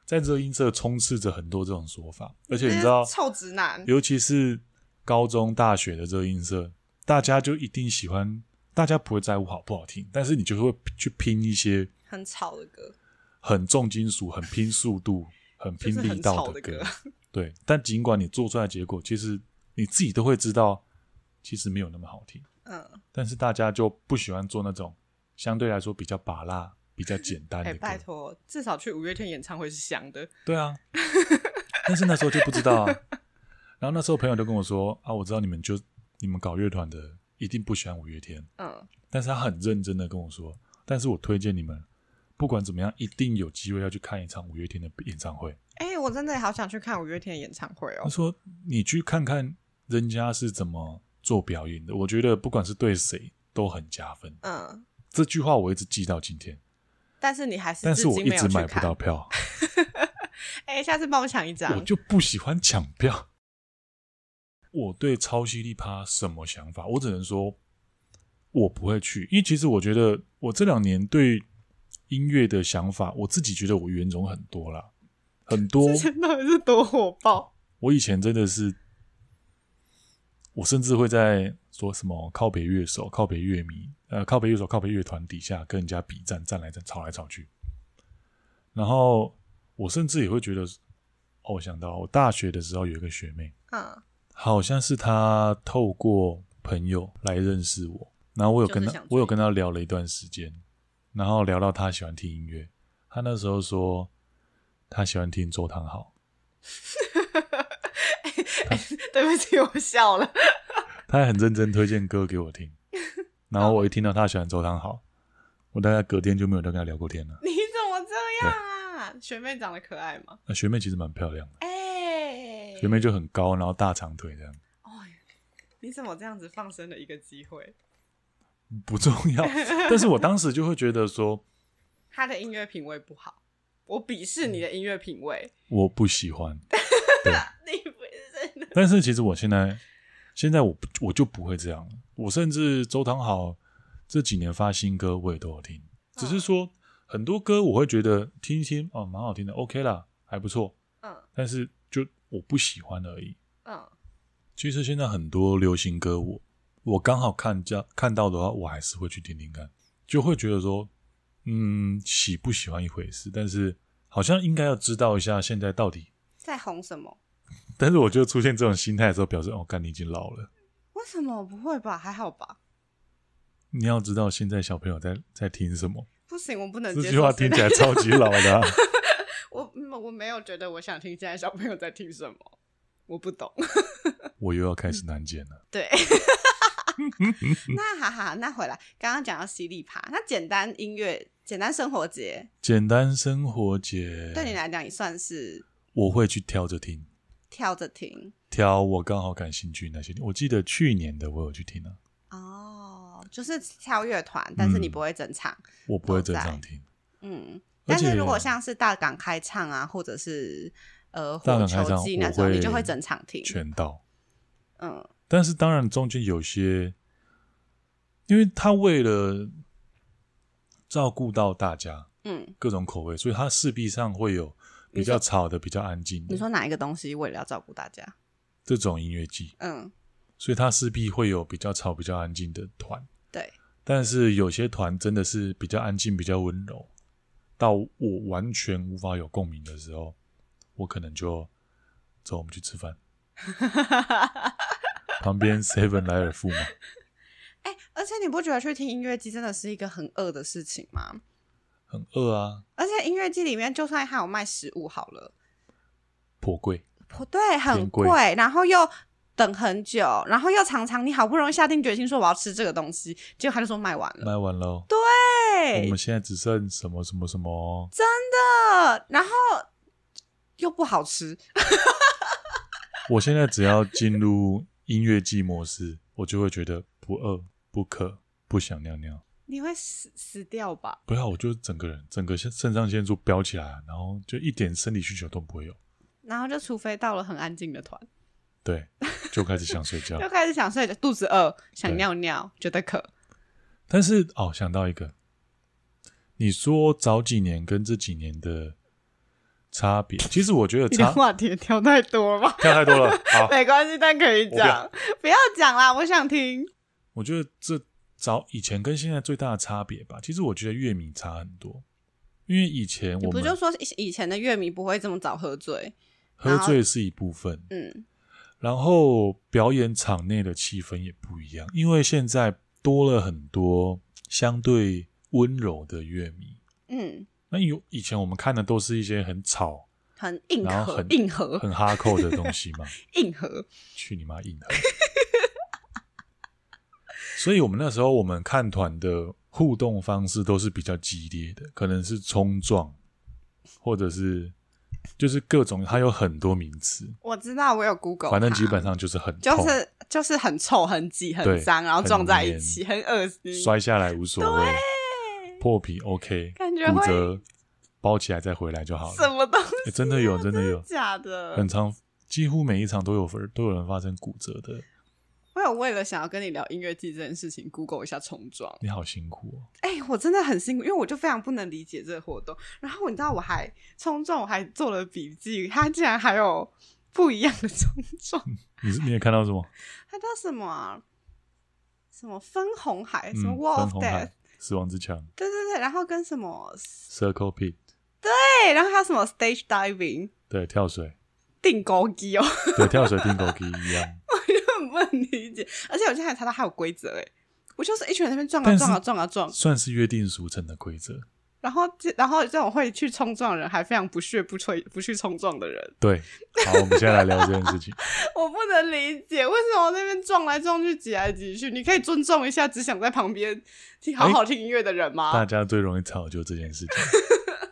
Speaker 2: 在热音社充斥着很多这种说法，而
Speaker 1: 这
Speaker 2: 且你
Speaker 1: 些
Speaker 2: 知道，
Speaker 1: 臭直男。
Speaker 2: 尤其是高中、大学的热音社，大家就一定喜欢，大家不会在乎好不好听，但是你就会去拼一些
Speaker 1: 很吵的歌，
Speaker 2: 很重金属、很拼 速度、很拼
Speaker 1: 就是
Speaker 2: 力
Speaker 1: 很
Speaker 2: 道
Speaker 1: 吵的
Speaker 2: 歌
Speaker 1: 歌。
Speaker 2: 对，但尽管你做出来的结果，其实你自己都会知道，其实没有那么好听。
Speaker 1: 嗯，
Speaker 2: 但是大家就不喜欢做那种相对来说比较拔辣、比较简单
Speaker 1: 哎、
Speaker 2: 的歌。
Speaker 1: 拜托，至少去五月天演唱会是香的。
Speaker 2: 对啊， 但是那时候就不知道啊。然后那时候朋友就跟我说啊，我知道你们就你们搞乐团的一定不喜欢五月天，
Speaker 1: 嗯，
Speaker 2: 但是他很认真的跟我说，但是我推荐你们，不管怎么样，一定有机会要去看一场五月天的演唱会。
Speaker 1: 哎、我真的好想去看五月天的演唱会
Speaker 2: 他
Speaker 1: 哦。
Speaker 2: 说你去看看人家是怎么做表演的，我觉得不管是对谁都很加分。
Speaker 1: 嗯，
Speaker 2: 这句话我一直记到今天，
Speaker 1: 但是你还是
Speaker 2: 但
Speaker 1: 至
Speaker 2: 是我
Speaker 1: 今
Speaker 2: 一
Speaker 1: 没有
Speaker 2: 直
Speaker 1: 去
Speaker 2: 买不
Speaker 1: 看
Speaker 2: 到。票，
Speaker 1: 哎、下次帮我抢一张
Speaker 2: 我。就不喜欢抢票。我对超犀利趴什么想法？我只能说，我不会去，因为其实我觉得我这两年对音乐的想法，我自己觉得我圆融很多啦，很多
Speaker 1: 之。前到底是多火爆？
Speaker 2: 我以前真的是，我甚至会在说什么靠北乐手、靠北乐迷、呃靠北乐手、靠北乐团底下跟人家比战，战来战吵来吵去。然后我甚至也会觉得，哦，我想到我大学的时候有一个学妹，
Speaker 1: 嗯，
Speaker 2: 好像是他透过朋友来认识我，然后我有跟
Speaker 3: 就
Speaker 2: 他
Speaker 3: 是想，追
Speaker 2: 我有跟他聊了一段时间，然后聊到他喜欢听音乐，他那时候说他喜欢听周汤豪，
Speaker 1: 对不起，我笑了。
Speaker 2: 他还很认真推荐歌给我听，然后我一听到他喜欢周汤豪，我大概隔天就没有再跟他聊过天了。
Speaker 1: 你怎么这样啊？学妹长得可爱吗？
Speaker 2: 那学妹其实蛮漂亮的，
Speaker 1: 哎、
Speaker 2: 学妹就很高，然后大长腿这样，
Speaker 1: 你怎么这样子放生了一个机会？
Speaker 2: 不重要。 但是我当时就会觉得说
Speaker 1: 他的音乐品味不好，我鄙视你的
Speaker 2: 嗯
Speaker 1: 音乐品味。
Speaker 2: 我不喜欢，对。
Speaker 1: 你不是
Speaker 2: 但是其实我现在，现在我不我就不会这样了。我甚至周汤豪这几年发新歌，我也都有听。只是说很多歌我会觉得听一听哦，蛮好听的，OK 啦，还不错。
Speaker 1: 嗯
Speaker 2: 但是就我不喜欢而已。
Speaker 1: 嗯，
Speaker 2: 其实现在很多流行歌我，我刚好看这样看到的话，我还是会去听听看，就会觉得说，嗯，喜不喜欢一回事，但是好像应该要知道一下现在到底。
Speaker 1: 在红什么？
Speaker 2: 但是我就出现这种心态的时候，表示哦，干你已经老了。
Speaker 1: 为什么不会吧？还好吧？
Speaker 2: 你要知道现在小朋友在在听 什么，
Speaker 1: 不行，我不能
Speaker 2: 这
Speaker 1: 接受。
Speaker 2: 句话听起来，超级老的啊、
Speaker 1: 我嗯我没有觉得我想听现在小朋友在听什么，我不懂。
Speaker 2: 我又要开始难剪了。
Speaker 1: 对，那哈哈，那回来刚刚讲到犀利趴，那简单音乐、简单生活节，
Speaker 2: 简单生活节，
Speaker 1: 对你来讲也算是
Speaker 2: 我会去挑着听，
Speaker 1: 跳着听
Speaker 2: 挑我刚好感兴趣那些。我记得去年的我有去听啊，
Speaker 1: 哦，就是跳乐团，但是你不会整场，
Speaker 2: 我不会正常听。
Speaker 1: 嗯。
Speaker 2: 嗯而
Speaker 1: 但
Speaker 2: 且
Speaker 1: 是如果像是大港开唱啊，或者是呃
Speaker 2: 大
Speaker 1: 火
Speaker 2: 港开
Speaker 1: 球
Speaker 2: 场，
Speaker 1: 季那
Speaker 2: 我
Speaker 1: 种，
Speaker 2: 会
Speaker 1: 你就会整场听。
Speaker 2: 全到。
Speaker 1: 嗯，
Speaker 2: 但是当然中间有些，因为他为了照顾到大家
Speaker 1: 嗯，
Speaker 2: 各种口味，所以他势必上会有比较吵的、比较安静
Speaker 1: 你
Speaker 2: 的
Speaker 1: 说哪一个东西为了要照顾大家？
Speaker 2: 这种音乐季。
Speaker 1: 嗯，
Speaker 2: 所以它势必会有比较吵、比较安静的团。
Speaker 1: 对，
Speaker 2: 但是有些团真的是比较安静、比较温柔，到我完全无法有共鸣的时候，我可能就走，我们去吃饭。旁边 Seven 莱尔富嘛，
Speaker 1: 哎、而且你不觉得去听音乐季真的是一个很恶的事情吗？
Speaker 2: 很饿啊，
Speaker 1: 而且音乐季里面就算还有卖食物好了，
Speaker 2: 颇贵。
Speaker 1: 不对，很
Speaker 2: 偏贵
Speaker 1: 贵，然后又等很久，然后又常常你好不容易下定决心说我要吃这个东西，结果他就说卖完了。
Speaker 2: 卖完喽，我
Speaker 1: 对
Speaker 2: 们，现在只剩什么什么哦什么，
Speaker 1: 呃，然后又不好吃。
Speaker 2: 我现在只要进入音乐季模式，我就会觉得不饿、不渴、不想尿尿。
Speaker 1: 你会死死掉吧？
Speaker 2: 不要，我就整个人整个肾肾上腺素飙起来，啊然后就一点生理需求都不会有，
Speaker 1: 然后就除非到了很安静的团，
Speaker 2: 对，就开始想睡觉
Speaker 1: 就。开始想睡，肚子饿，想
Speaker 2: 嗯对
Speaker 1: 尿尿，觉得渴。
Speaker 2: 但是哦，想到一个，你说早几年跟这几年的差别，其实我觉得
Speaker 1: 你的
Speaker 2: 差
Speaker 1: 话题也跳太多了吧？
Speaker 2: 跳太多了。好，
Speaker 1: 没关系，但可以
Speaker 2: 我不要
Speaker 1: 讲，不要讲啦，我想听。
Speaker 2: 我觉得这早以前跟现在最大的差别吧，其实我觉得乐迷差很多，因为以前
Speaker 1: 你
Speaker 2: 我
Speaker 1: 不
Speaker 2: 们
Speaker 1: 就说以前的乐迷不会这么早喝醉？
Speaker 2: 喝醉是一部分，
Speaker 1: 嗯，
Speaker 2: 然后表演场内的气氛也不一样，因为现在多了很多相对温柔的乐迷。
Speaker 1: 嗯，
Speaker 2: 那有以前我们看的都是一些 很吵、
Speaker 1: 很硬
Speaker 2: 然后
Speaker 1: 核，
Speaker 2: 很
Speaker 1: 硬核，
Speaker 2: 很哈扣的东西嘛，
Speaker 1: 硬核。
Speaker 2: 去你妈硬核！所以我们那时候我们看团的互动方式都是比较激烈的，可能是冲撞，或者是就是各种，它有很多名词，
Speaker 1: 我知道，我有 Google，
Speaker 2: 反正
Speaker 1: 它
Speaker 2: 基本上就是很痛，
Speaker 1: 就是就是很臭、很挤、很
Speaker 2: 对
Speaker 1: 脏，然后
Speaker 2: 很
Speaker 1: 撞在一
Speaker 2: 黏
Speaker 1: 起，很恶心。
Speaker 2: 摔下来无所谓，破皮 OK，
Speaker 1: 感觉
Speaker 2: 骨
Speaker 1: 会
Speaker 2: 折包起来再回来就好
Speaker 1: 什
Speaker 2: 了。
Speaker 1: 么东西？啊
Speaker 2: 诶真的有，真的有，
Speaker 1: 假的？
Speaker 2: 很长，几乎每一场都有都有人发生骨折的
Speaker 1: 我有为了想要跟你聊音乐季这件事情，Google 一下重装。
Speaker 2: 你好辛苦哦。
Speaker 1: 哎、我真的很辛苦，因为我就非常不能理解这个活动。然后你知道，我还冲撞，我还做了笔记，它竟然还有不一样的冲撞，
Speaker 2: 你是你也看到什么？
Speaker 1: 它叫什么啊？什么分红海？什么
Speaker 2: 嗯，
Speaker 1: Wall
Speaker 2: 分
Speaker 1: of
Speaker 2: 红
Speaker 1: Death？
Speaker 2: 海、死亡之墙、
Speaker 1: 对对对，然后跟什么？
Speaker 2: Circle Pit，
Speaker 1: 对，然后还有什么 Stage Diving？
Speaker 2: 对，跳水，
Speaker 1: 定高机哦，
Speaker 2: 对，跳水听狗机一样。
Speaker 1: 很不能理解。而且我现在还查到还有规则哎，我就是一群人在那边撞啊
Speaker 2: 但是
Speaker 1: 撞啊撞啊撞，
Speaker 2: 算是约定俗成的规则。
Speaker 1: 然后这然后这种会去冲撞的人，还非常不屑不吹不去冲撞的人，
Speaker 2: 对，好，我们现在来聊这件事情。
Speaker 1: 我不能理解为什么那边撞来撞去挤来挤去。你可以尊重一下只想在旁边听
Speaker 2: 哎
Speaker 1: 好好听音乐的人吗？
Speaker 2: 大家最容易吵就这件事情，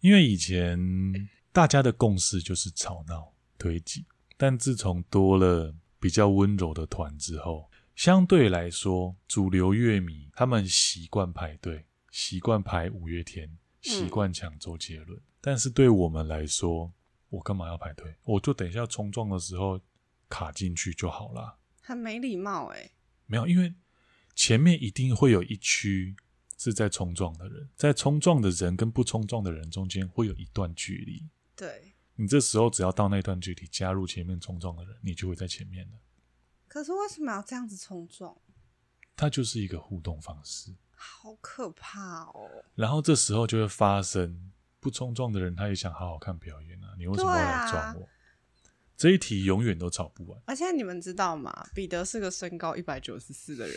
Speaker 2: 因为以前大家的共识就是吵闹推挤，但自从多了比较温柔的团之后，相对来说，主流乐迷他们习惯排队，习惯排五月天，习惯抢周杰伦，但是对我们来说，我干嘛要排队？我就等一下冲撞的时候卡进去就好啦。
Speaker 1: 很没礼貌哎、
Speaker 2: 没有，因为前面一定会有一区是在冲撞的人，在冲撞的人跟不冲撞的人中间会有一段距离。
Speaker 1: 对，
Speaker 2: 你这时候只要到那段距离，加入前面冲撞的人，你就会在前面了。
Speaker 1: 可是为什么要这样子冲撞？
Speaker 2: 它就是一个互动方式。
Speaker 1: 好可怕哦！
Speaker 2: 然后这时候就会发生不冲撞的人，他也想好好看表演啊，你为什么要来撞我？这一题永远都吵不完。
Speaker 1: 而且你们知道吗？彼得是个身高一百九十四的人，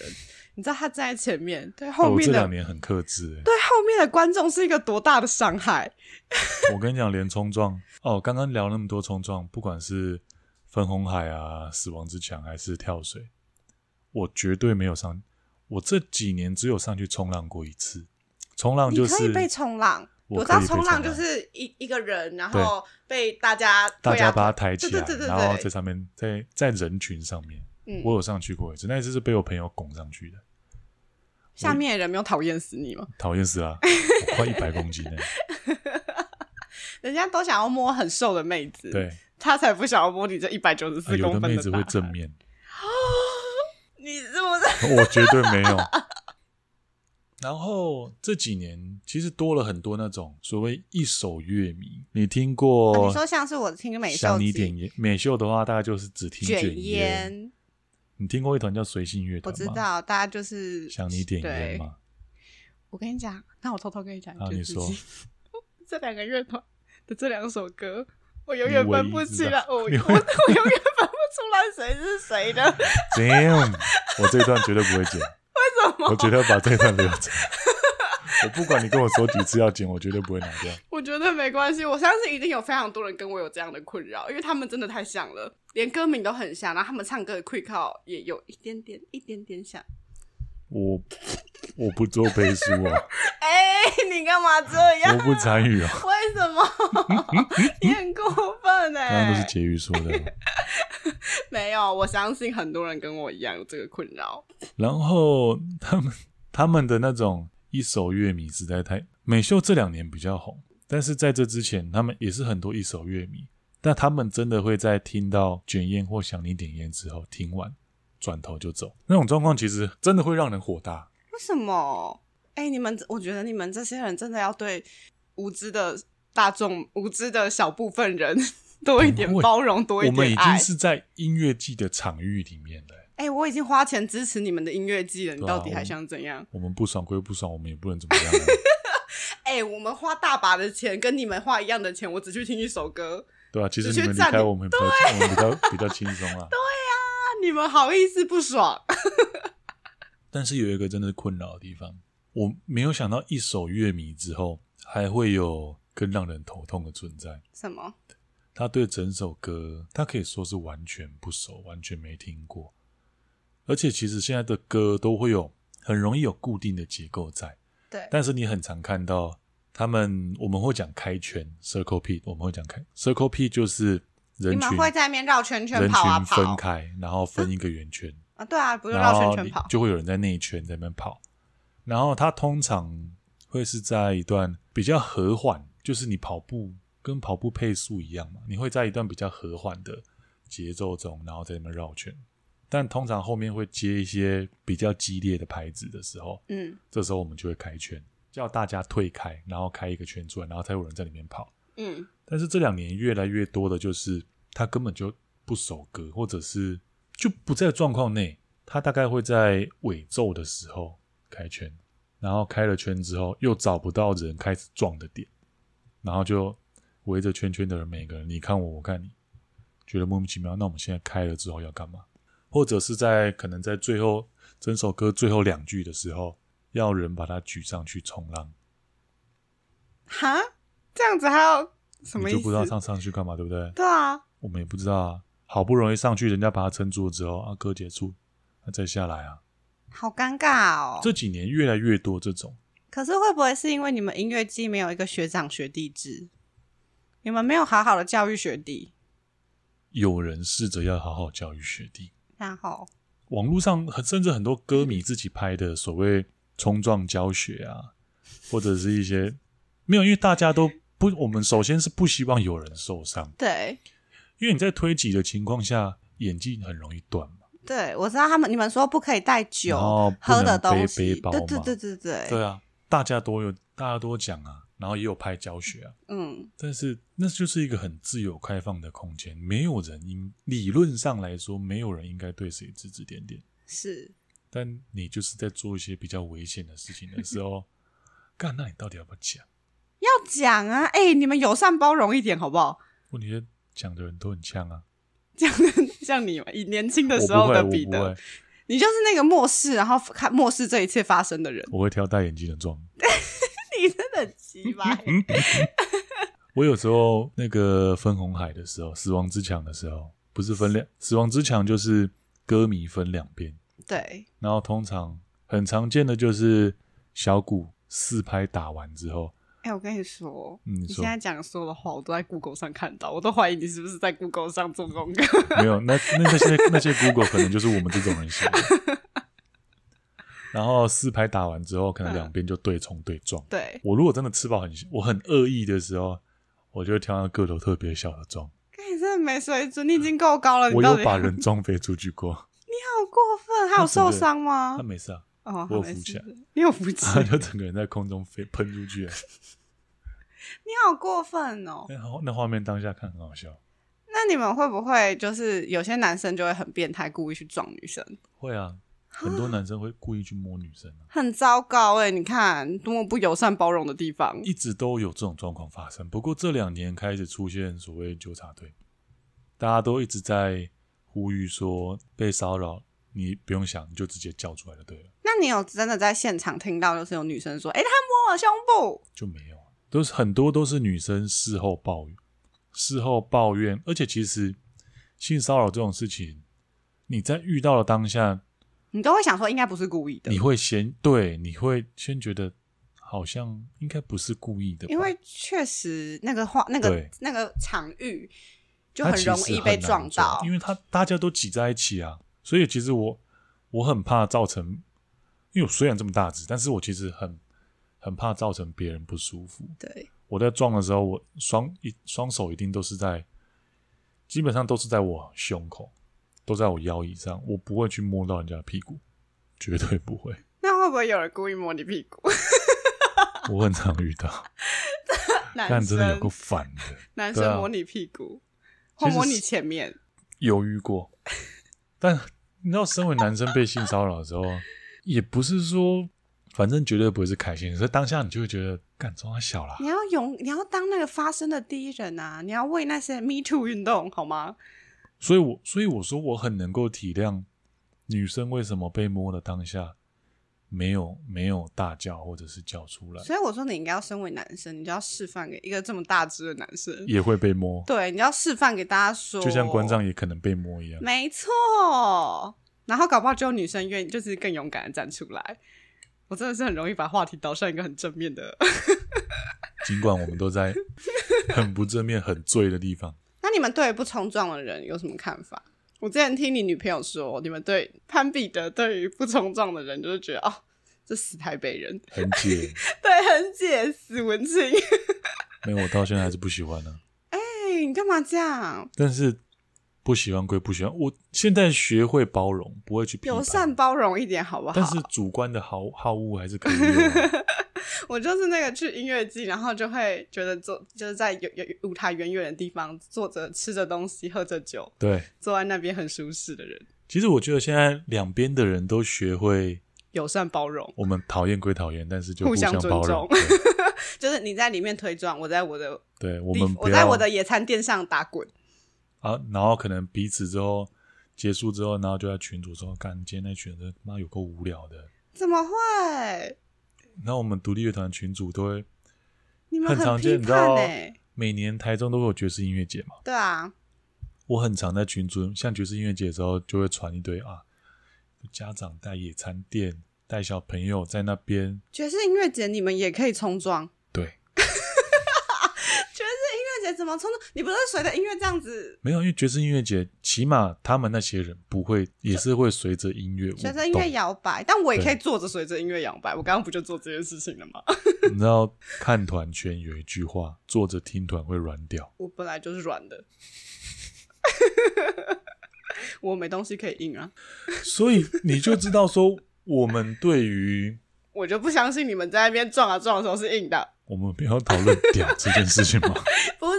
Speaker 1: 你知道他站在前面，对后
Speaker 2: 哦我
Speaker 1: 面
Speaker 2: 这
Speaker 1: 的、
Speaker 2: 两年很克制、欸，
Speaker 1: 对后面的观众是一个多大的伤害？
Speaker 2: 我跟你讲，连冲撞哦，刚刚聊那么多冲撞，不管是分红海啊、死亡之墙还是跳水，我绝对没有上。我这几年只有上去冲浪过一次，冲浪哦就
Speaker 1: 你
Speaker 2: 是
Speaker 1: 可以被冲浪，
Speaker 2: 我
Speaker 1: 我知
Speaker 2: 可以
Speaker 1: 道冲
Speaker 2: 被
Speaker 1: 浪
Speaker 2: 浪
Speaker 1: 就是一一个人，然
Speaker 2: 对
Speaker 1: 后被大家
Speaker 2: 大
Speaker 1: 推啊
Speaker 2: 家把它抬起来，
Speaker 1: 对对对对
Speaker 2: 然
Speaker 1: 对
Speaker 2: 后在上面，在在人群上面，
Speaker 1: 嗯
Speaker 2: 我有上去过一次，那一次是被我朋友拱上去的，
Speaker 1: 下面的人没有讨厌死你吗？
Speaker 2: 讨厌死啦！我快一百 公斤呢、
Speaker 1: 人家都想要摸很瘦的妹子，，
Speaker 2: 对，
Speaker 1: 他才不想要摸你这一百九十
Speaker 2: 啊
Speaker 1: 四
Speaker 2: 有
Speaker 1: 公
Speaker 2: 的
Speaker 1: 分
Speaker 2: 妹
Speaker 1: 的
Speaker 2: 子
Speaker 1: 大
Speaker 2: 会
Speaker 1: 汉。
Speaker 2: 正面，
Speaker 1: 你是不 是？
Speaker 2: 我绝对没有。 然后这几年其实多了很多那种所谓一首乐迷，你听过？
Speaker 1: 啊你说像是我听美秀
Speaker 2: 想你
Speaker 1: 集
Speaker 2: 点烟美秀的话，大概就是只听
Speaker 1: 卷
Speaker 2: 烟。
Speaker 1: 烟，
Speaker 2: 你听过一团叫随性乐
Speaker 1: 我
Speaker 2: 团吗？
Speaker 1: 知道，大家就是
Speaker 2: 想你点
Speaker 1: 对
Speaker 2: 烟嘛？
Speaker 1: 我跟你讲，那我偷偷跟你讲
Speaker 2: 啊
Speaker 1: 一件
Speaker 2: 你
Speaker 1: 事
Speaker 2: 说
Speaker 1: 情， 这两个乐团的这两首歌，我永远
Speaker 2: 你唯
Speaker 1: 分不
Speaker 2: 一
Speaker 1: 清
Speaker 2: 知
Speaker 1: 来
Speaker 2: 道，
Speaker 1: 我我我
Speaker 2: 你
Speaker 1: 永远分不出来谁是谁的。
Speaker 2: Damn！我这一段绝对不会剪，为什
Speaker 1: 么
Speaker 2: 我绝对要把这一段留 着。我不管你跟我说几次要剪，我绝对不会拿掉。
Speaker 1: 我觉得没关系，我相信一定有非常多人跟我有这样的困扰，因为他们真的太像了，连歌名都很像，然后他们唱歌的 quick call 也有一点点、一点点像。
Speaker 2: 我我不做背书哦，
Speaker 1: 哎、你干嘛这样
Speaker 2: 我？ 不参与哦。
Speaker 1: 为什么？ 你很过分
Speaker 2: 刚刚
Speaker 1: 哎、
Speaker 2: 都是婕妤说的。啊
Speaker 1: 没有，我相信很多人跟我一样有这个困扰。
Speaker 2: 然后他们他们的那种一首乐迷实在太美秀这两年比较红，但是在这之前，他们也是很多一首乐迷，但他们真的会在听到卷烟或想你点烟之后听完，转头就走，那种状况其实真的会让人火大。
Speaker 1: 为什么？哎、你们，我觉得你们这些人真的要对无知的大众、无知的小部分人 多一点
Speaker 2: 不会
Speaker 1: 包容，多一
Speaker 2: 我们
Speaker 1: 点
Speaker 2: 已经
Speaker 1: 爱。
Speaker 2: 是在音乐季的场域里面了，
Speaker 1: 哎、我已经花钱支持你们的音乐季了，你
Speaker 2: 对啊
Speaker 1: 到底还
Speaker 2: 我
Speaker 1: 想怎样？
Speaker 2: 我们不爽归不爽，我们也不能怎么样啊、
Speaker 1: 哎、我们花大把的钱，跟你们花一样的钱，我只去听一首歌。
Speaker 2: 对吧、其实
Speaker 1: 只是
Speaker 2: 你们离
Speaker 1: 占
Speaker 2: 开
Speaker 1: 你
Speaker 2: 我们比较，我们比较比较轻松啊。
Speaker 1: 那你们好意思不爽？
Speaker 2: 但是有一个真的是困扰的地方，我没有想到一首乐迷之后，还会有更让人头痛的存在。
Speaker 1: 什么？
Speaker 2: 他对整首歌，他可以说是完全不熟，完全没听过。而且其实现在的歌都会有很容易有固定的结构在，
Speaker 1: 对
Speaker 2: 但是你很常看到他们，我们会讲开圈 （circle P），我们会讲开 circle P 就是
Speaker 1: 你
Speaker 2: 人
Speaker 1: 们
Speaker 2: 群
Speaker 1: 会在那边绕圈圈
Speaker 2: 人
Speaker 1: 跑啊
Speaker 2: 群
Speaker 1: 跑
Speaker 2: 分开，然后分一个圆圈。
Speaker 1: 啊？对啊，不就
Speaker 2: 然
Speaker 1: 绕
Speaker 2: 后
Speaker 1: 圈圈
Speaker 2: 你
Speaker 1: 跑？
Speaker 2: 就会有人在内圈在那边跑。然后它通常会是在一段比较和缓，就是你跑步跟跑步配速一样嘛，你会在一段比较和缓的节奏中，然后在那边绕圈。但通常后面会接一些比较激烈的拍子的时候，
Speaker 1: 嗯
Speaker 2: 这时候我们就会开圈，叫大家退开，然后开一个圈出来，然后才有人在里面跑。
Speaker 1: 嗯
Speaker 2: 但是这两年越来越多的就是他根本就不熟歌，或者是就不在状况内。他大概会在尾奏的时候开圈，然后开了圈之后又找不到人开始撞的点，然后就围着圈圈的人每个人你看我我看你，觉得莫名其妙。那我们现在开了之后要干嘛？或者是在可能在最后整首歌最后两句的时候，要人把它举上去冲浪，
Speaker 1: 哈，这样子还要什么
Speaker 2: 你
Speaker 1: 意
Speaker 2: 就
Speaker 1: 思？
Speaker 2: 不知道上上去干嘛，对不对？
Speaker 1: 对啊，
Speaker 2: 我们也不知道啊。好不容易上去，人家把他撑住了之后，啊，歌结束，那再下来啊。
Speaker 1: 好尴尬哦。
Speaker 2: 这几年越来越多这种，
Speaker 1: 可是会不会是因为你们音乐季没有一个学长学弟制？你们没有好好的教育学弟，
Speaker 2: 有人试着要好好教育学弟。
Speaker 1: 然后
Speaker 2: 网络上很甚至很多歌迷自己拍的所谓冲撞教学啊，或者是一些没有，因为大家都不，我们首先是不希望有人受伤，
Speaker 1: 对
Speaker 2: 因为你在推挤的情况下，演技很容易断嘛。
Speaker 1: 对，我知道他们你们说不可以带酒
Speaker 2: 然后不
Speaker 1: 喝
Speaker 2: 能
Speaker 1: 的东西，
Speaker 2: 背背包
Speaker 1: 对对
Speaker 2: 嘛
Speaker 1: 对对对，
Speaker 2: 对啊，大家都有，大家都讲啊，然后也有拍教学啊。
Speaker 1: 嗯
Speaker 2: 但是那就是一个很自由开放的空间，没有人应理论上来说，没有人应该对谁指指点点。
Speaker 1: 是
Speaker 2: 但你就是在做一些比较危险的事情的时候，干，那你到底要不要讲？
Speaker 1: 要讲啊，哎、你们友善包容一点好不好？
Speaker 2: 问题是讲的人都很呛啊，
Speaker 1: 这样这样你以年轻的
Speaker 2: 我
Speaker 1: 时
Speaker 2: 不
Speaker 1: 候
Speaker 2: 会，
Speaker 1: 的
Speaker 2: 我
Speaker 1: 彼
Speaker 2: 不
Speaker 1: 得
Speaker 2: 会，，
Speaker 1: 你就是那个漠视，然后看漠视这一切发生的人，
Speaker 2: 我会挑戴眼镜的装。
Speaker 1: 你真的很奇葩、
Speaker 2: 我有时候那个分红海的时候，死亡之墙的时候，不是分两，死亡之墙就是歌迷分两边，
Speaker 1: 对，
Speaker 2: 然后通常很常见的就是小鼓四拍打完之后。
Speaker 1: 哎、我跟你说，
Speaker 2: 嗯你
Speaker 1: 你现
Speaker 2: 说
Speaker 1: 在讲的所有的话，我都在 Google 上看到，我都怀疑你是不是在 Google 上做功课。
Speaker 2: 没有，那那那些那些 Google 可能就是我们这种人写的。然后四拍打完之后，可能两边就对冲对撞。
Speaker 1: 对，
Speaker 2: 我如果真的吃饱很我很恶意的时候，我就会挑那个头特别小的撞。
Speaker 1: 看你真的没水准，你已经够高哦了，你
Speaker 2: 我
Speaker 1: 到
Speaker 2: 有
Speaker 1: 底 哦
Speaker 2: 把人撞飞出去过，
Speaker 1: 好过分，还有受伤吗
Speaker 2: 他？没事啊，
Speaker 1: 哦，
Speaker 2: 我有
Speaker 1: 好没
Speaker 2: 扶起
Speaker 1: 事
Speaker 2: 来，
Speaker 1: 你有扶起
Speaker 2: 他
Speaker 1: 来，
Speaker 2: 就整个人在空中飞喷出去。
Speaker 1: 你好过分哦。
Speaker 2: 那那画面当下看很好笑。
Speaker 1: 那你们会不会就是有些男生就会很变态，故意去撞女生，
Speaker 2: 会啊，很多男生会故意去摸女生啊，
Speaker 1: 很糟糕哎、你看多么不友善包容的地方，
Speaker 2: 一直都有这种状况发生。不过这两年开始出现所谓纠察队，大家都一直在呼吁说被骚扰，你不用想，你就直接叫出来就对了，
Speaker 1: 那你有真的在现场听到，就是有女生说：“哎、他摸我胸部。
Speaker 2: 就没有啊。都是很多都是女生事后抱怨，事后抱怨，而且其实性骚扰这种事情，你在遇到的当下，”
Speaker 1: 你都会想说，应该不是故意的
Speaker 2: 你，会先对，你会先觉得好像应该不是故意的吧，
Speaker 1: 因为确实那个话、那个
Speaker 2: 对
Speaker 1: 那个场域就
Speaker 2: 它
Speaker 1: 很
Speaker 2: 其实
Speaker 1: 容易被
Speaker 2: 很难
Speaker 1: 撞到
Speaker 2: 做。因为他大家都挤在一起啊，所以其实我我很怕造成，因为我虽然这么大只，但是我其实很很怕造成别人不舒服。
Speaker 1: 对，
Speaker 2: 我在撞的时候，我双一双手一定都是在，基本上都是在我胸口，都在我腰以上，我不会去摸到人家的屁股，绝对不会。
Speaker 1: 那会不会有人故意摸你屁股？
Speaker 2: 我很常遇到，
Speaker 1: 男
Speaker 2: 但
Speaker 1: 生
Speaker 2: 真的有够烦的，
Speaker 1: 男
Speaker 2: 对
Speaker 1: 生
Speaker 2: 啊
Speaker 1: 摸你屁股，或
Speaker 2: 其实
Speaker 1: 摸
Speaker 2: 是
Speaker 1: 你前面，
Speaker 2: 犹豫过， 但你知道，身为男生被性骚扰的时候，也不是说反正绝对不会是开心的，所以当下你就会觉得，干中他小啦，
Speaker 1: 你要勇，你要当那个发声的第一人啊！你要为那些 Me Too 运动好吗？
Speaker 2: 所以我所以我说我很能够体谅女生为什么被摸的当下没有没有大叫或者是叫出来，
Speaker 1: 所以我说，你应该要身为男生，你就要示范给一个这么大只的男生，
Speaker 2: 也会被摸，
Speaker 1: 对，你要示范给大家说，
Speaker 2: 就像关丈也可能被摸一样。
Speaker 1: 没错。然后搞不好只有女生愿意，就是更勇敢的站出来。我真的是很容易把话题导向一个很正面的。
Speaker 2: 尽管我们都在 很不正面、很醉的地方，
Speaker 1: 那你们对不冲撞的人有什么看法？我之前听你女朋友说，你们对潘彼得对于不冲撞的人，就是觉得哦，这死台北人，
Speaker 2: 很解，
Speaker 1: 对，很解死文青。
Speaker 2: 没有我到现在还是不喜欢呢、啊
Speaker 1: 哎、你干嘛这样？
Speaker 2: 但是不喜欢归不喜欢，我现在学会包容，不会去批判
Speaker 1: 友善包容一点好不好？
Speaker 2: 但是主观的好好恶还是可以有啊、
Speaker 1: 我就是那个去音乐季，然后就会觉得坐就是在有有舞台远远的地方坐着吃着东西喝着酒，
Speaker 2: 对，
Speaker 1: 坐在那边很舒适的人，
Speaker 2: 其实我觉得现在两边的人都学会，
Speaker 1: 友善包容，
Speaker 2: 我们讨厌归讨厌，但是就
Speaker 1: 互
Speaker 2: 相
Speaker 1: 相尊
Speaker 2: 包容
Speaker 1: 重。 就是你在里面推撞，我在我的
Speaker 2: 对， 对我
Speaker 1: 地
Speaker 2: 们不
Speaker 1: 我在
Speaker 2: 要
Speaker 1: 我的野餐垫上打滚，
Speaker 2: 啊，然后可能彼此之后结束之后，然后就在群主说，干，今天那群人妈有够无聊的。
Speaker 1: 怎么会？
Speaker 2: 然后我们独立乐团群主都会
Speaker 1: 你们
Speaker 2: 很常
Speaker 1: 批
Speaker 2: 见，你知道
Speaker 1: 判哎、，
Speaker 2: 每年台中都会有爵士音乐节嘛。
Speaker 1: 对啊，
Speaker 2: 我很常在群组，像爵士音乐节的时候，就会传一堆啊，家长带野餐垫，带小朋友在那边，
Speaker 1: 爵士音乐节你们也可以冲撞，音
Speaker 2: 对，
Speaker 1: 乐节怎么冲撞？你不是随着音乐这样子，
Speaker 2: 没有，因为爵士音乐节，起码他们那些人不会，也是会随着音乐舞
Speaker 1: 随着音乐
Speaker 2: 动。
Speaker 1: 摇摆，但我也
Speaker 2: 对
Speaker 1: 可以坐着随着音乐摇摆。我刚刚不就做这件事情了 吗？
Speaker 2: 你知道，看团圈有一句话，坐着听团会软掉。
Speaker 1: 我本来就是软的， 我没东西可以硬啊，
Speaker 2: 所以你就知道说，我们对于
Speaker 1: 我就不相信你们在那边撞啊撞的时候是硬的。
Speaker 2: 我们不要讨论屌这件事情嘛。
Speaker 1: 不是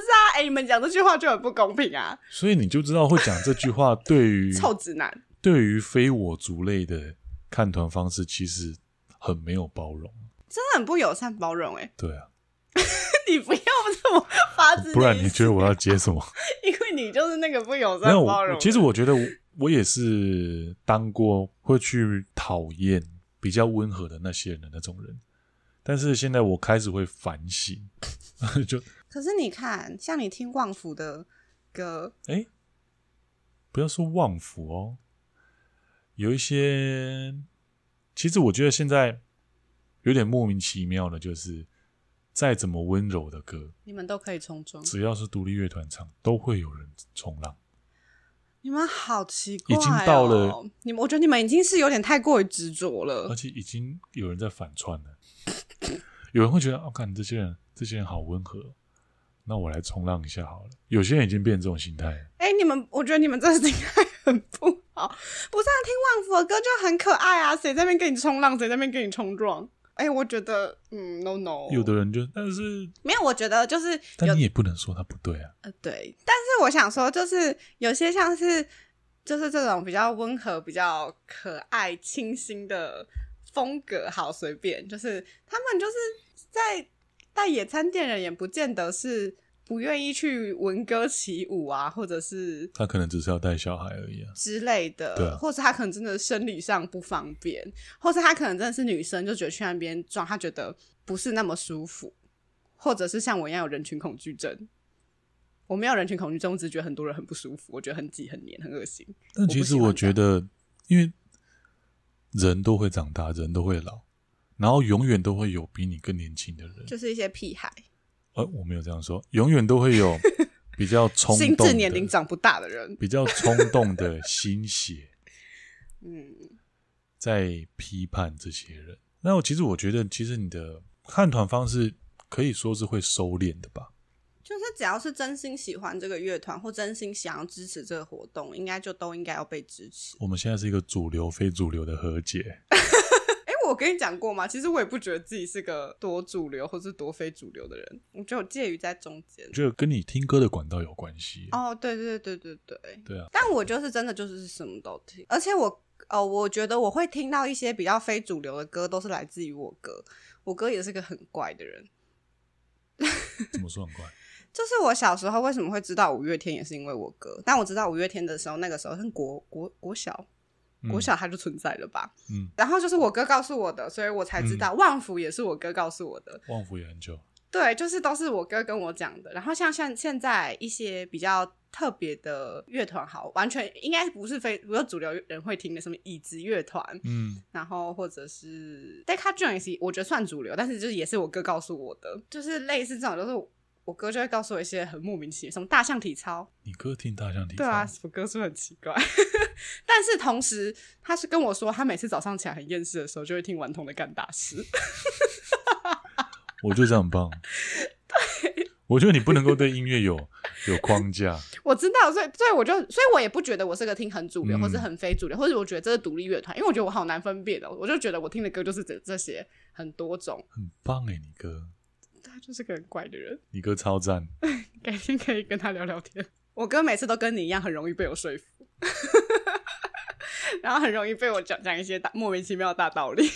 Speaker 1: 啊，哎、你们讲这句话就很不公平啊，
Speaker 2: 所以你就知道会讲这句话，对 于
Speaker 1: 臭直男。
Speaker 2: 对于非我族类的看团方式，其实很没有包容。
Speaker 1: 真的很不友善包容哎、
Speaker 2: 对啊，
Speaker 1: 你不要这么发自内心
Speaker 2: 不然你觉得我要接 什么？
Speaker 1: 因为你就是那个不友
Speaker 2: 没
Speaker 1: 善
Speaker 2: 有，
Speaker 1: 包容
Speaker 2: 我
Speaker 1: 的。
Speaker 2: 其实我觉得我我也是当过会去讨厌比较温和的那些人的那种人，但是现在我开始会反省，就
Speaker 1: 可是你看，像你听旺福的歌，
Speaker 2: 哎，不要说旺福哦，有一些，其实我觉得现在有点莫名其妙的，就是再怎么温柔的歌，
Speaker 1: 你们都可以冲撞。
Speaker 2: 只要是独立乐团唱，都会有人冲浪。
Speaker 1: 你们好奇怪、哦，
Speaker 2: 已经到了呃
Speaker 1: 你们，我觉得你们已经是有点太过于执着了
Speaker 2: 而。且已经有人在反串了。 有人会觉得，哦，看这些人，这些人好温和，那我来冲浪一下好了。有些人已经变成这种心态了，
Speaker 1: 哎、你们，我觉得你们这心态很不好。不是啊，听旺福的歌就很可爱啊，谁在那边跟你冲浪，谁在那边跟你冲撞？哎、我觉得，嗯，no no，
Speaker 2: 有的人就，但是，
Speaker 1: 没有，我觉得就是有
Speaker 2: 但你也不能说他不对啊。
Speaker 1: 呃，对，但是我想说，就是有些像是就是这种比较温和、比较可爱、清新的风格，好随便，就是他们就是在带野餐店人，也不见得是不愿意去闻歌起舞啊，或者是
Speaker 2: 他可能只是要带小孩而已啊。
Speaker 1: 之类
Speaker 2: 对
Speaker 1: 的，
Speaker 2: 啊
Speaker 1: 或是他可能真的生理上不方便，或是他可能真的是女生，就觉得去那边撞，她觉得不是那么舒服，或者是像我一样有人群恐惧症。我没有人群恐惧症，我只是觉得很多人很不舒服，我觉得很挤、很黏、很恶心。
Speaker 2: 但其实我觉得，因为人都会长大，人都会老，然后永远都会有比你更年轻的人。
Speaker 1: 就是一些屁孩，
Speaker 2: 呃，我没有这样说，永远都会有比较冲
Speaker 1: 心
Speaker 2: 动
Speaker 1: 智
Speaker 2: 的、
Speaker 1: 年龄长不大的人，
Speaker 2: 比较冲动的心血。
Speaker 1: 嗯，
Speaker 2: 在批判这些人。那我其实我觉得，其实你的看团方式可以说是会收敛的吧。
Speaker 1: 就是只要是真心喜欢这个乐团或真心想要支持这个活动，应该就都应该要被支持。
Speaker 2: 我们现在是一个主流非主流的和解，
Speaker 1: 哎、我跟你讲过吗？其实我也不觉得自己是个多主流或是多非主流的人，我觉得我介于在中间
Speaker 2: 我。觉得跟你听歌的管道有关系。
Speaker 1: 哦，对对对对对对，
Speaker 2: 对啊，
Speaker 1: 但我就是真的就是什么都听，而且我哦，我觉得我会听到一些比较非主流的歌，都是来自于我哥。我哥也是个很怪的人，
Speaker 2: 怎么 说很怪？
Speaker 1: 就是我小时候为什么会知道五月天，也是因为我哥。但我知道五月天的时候，那个时候是国国国小，
Speaker 2: 嗯
Speaker 1: 国小他就存在了吧？
Speaker 2: 嗯，
Speaker 1: 然后就是我哥告诉我的，所以我才知道。旺福也是我哥告诉我的，
Speaker 2: 嗯旺福也很久，
Speaker 1: 对，就是都是我哥跟我讲的。然后像像现在一些比较特别的乐团，好，完全应该不是非不是主流人会听的，什么椅子乐团，
Speaker 2: 嗯，
Speaker 1: 然后或者是 Deca Jones，我觉得算主流，但是就是也是我哥告诉我的，就是类似这种，就是我哥就会告诉我一些很莫名其妙，什么大象体操，
Speaker 2: 你歌听大象体操，
Speaker 1: 对啊，，我哥说很奇怪， 但是同时他是跟我说，他每次早上起来很厌世的时候，就会听顽童的干大事。
Speaker 2: 我就这样很棒。我觉得你不能够对音乐有有框架。
Speaker 1: 我知道，所以所以我就，所以我也不觉得我是个听很主流，
Speaker 2: 嗯
Speaker 1: 或是很非主流，或者我觉得这是独立乐团，因为我觉得我好难分辨哦。我就觉得我听的歌就是这这些很多种，
Speaker 2: 很棒哎，你哥，
Speaker 1: 他就是个很怪的人，
Speaker 2: 你哥 超赞。
Speaker 1: 改天可以跟他聊聊天。 我哥每次都跟你一样，很容易被我说服， 然后很容易被我讲讲一些大莫名其妙的大道理。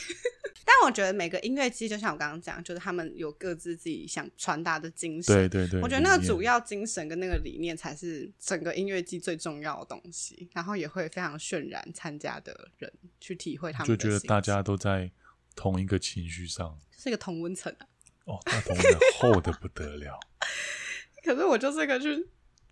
Speaker 1: 但我觉得每个音乐季，就像我刚刚讲，就是他们有各自自己想传达的精神。
Speaker 2: 对对对，
Speaker 1: 我觉得那个
Speaker 2: 理
Speaker 1: 主
Speaker 2: 念
Speaker 1: 要精神跟那个理念才是整个音乐季最重要的东西，然后也会非常渲染参加的人去体会他们
Speaker 2: 就
Speaker 1: 的
Speaker 2: 觉得
Speaker 1: 心
Speaker 2: 大
Speaker 1: 情
Speaker 2: 家都在同一个情绪上。
Speaker 1: 是一个同温层啊。
Speaker 2: 哦，那同的厚的不 得了。
Speaker 1: 可是我就是个去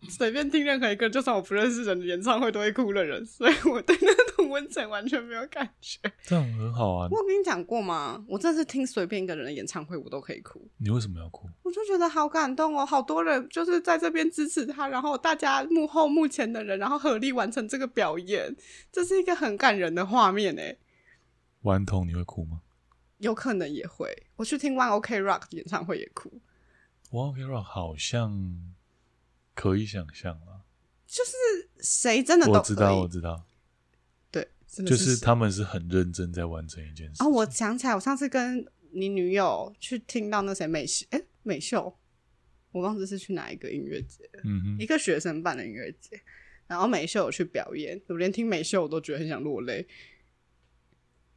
Speaker 1: 随便听任何一个，就算我不认识人的演唱会都会哭的人，所以我对那个同温层完全没有感 觉。
Speaker 2: 这样很好啊！
Speaker 1: 我有跟你讲过吗？我真的是听随便一个人的演唱会我都可以哭，
Speaker 2: 你为什么要哭？
Speaker 1: 我就觉得好感动哦，好多人就是在这边支持他，然后大家幕后幕前的人，然后合力完成这个表演，这是一个很感人的画面诶。
Speaker 2: 顽童你会哭吗？
Speaker 1: 有可能也会，我去听 One OK Rock 的演唱会也哭，
Speaker 2: 我 OK Rock 好像可以想象啊。
Speaker 1: 就是谁真的都
Speaker 2: 我
Speaker 1: 可
Speaker 2: 知道，
Speaker 1: 以
Speaker 2: 我知道，
Speaker 1: 对，真的
Speaker 2: 就是他们是很认真在完成一件事。
Speaker 1: 哦，我想起来，我上次跟你女友去听到那谁美秀，哎、美秀，我忘记是去哪一个音乐节，
Speaker 2: 嗯
Speaker 1: 一
Speaker 2: 哼，
Speaker 1: 个学生办的音乐节，然后美秀有去表演，我连听美秀我都觉得很想落泪。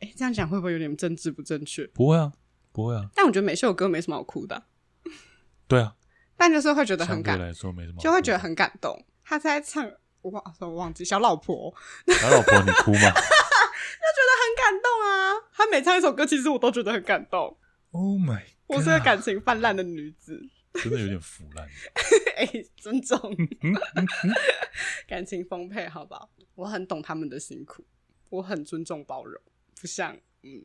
Speaker 1: 哎、这样讲会不会有点政治不正确？
Speaker 2: 不会啊，不会啊，
Speaker 1: 但我觉得美秀的歌没什么好哭的啊、
Speaker 2: 对啊，
Speaker 1: 但就是会觉得
Speaker 2: 相
Speaker 1: 很
Speaker 2: 对
Speaker 1: 感，
Speaker 2: 来说没什么好哭的，
Speaker 1: 就会觉得很感动。她在唱，我忘，我忘记小老婆，
Speaker 2: 他老婆你哭 吗
Speaker 1: 很感动啊！她每唱一首歌，其实我都觉得很感动。
Speaker 2: ？Oh my，
Speaker 1: 我是个感情泛滥的女子。
Speaker 2: 真的有点腐烂。
Speaker 1: 哎、尊重，感情丰沛，好不好？我很懂他们的辛苦，我很尊重包容，不像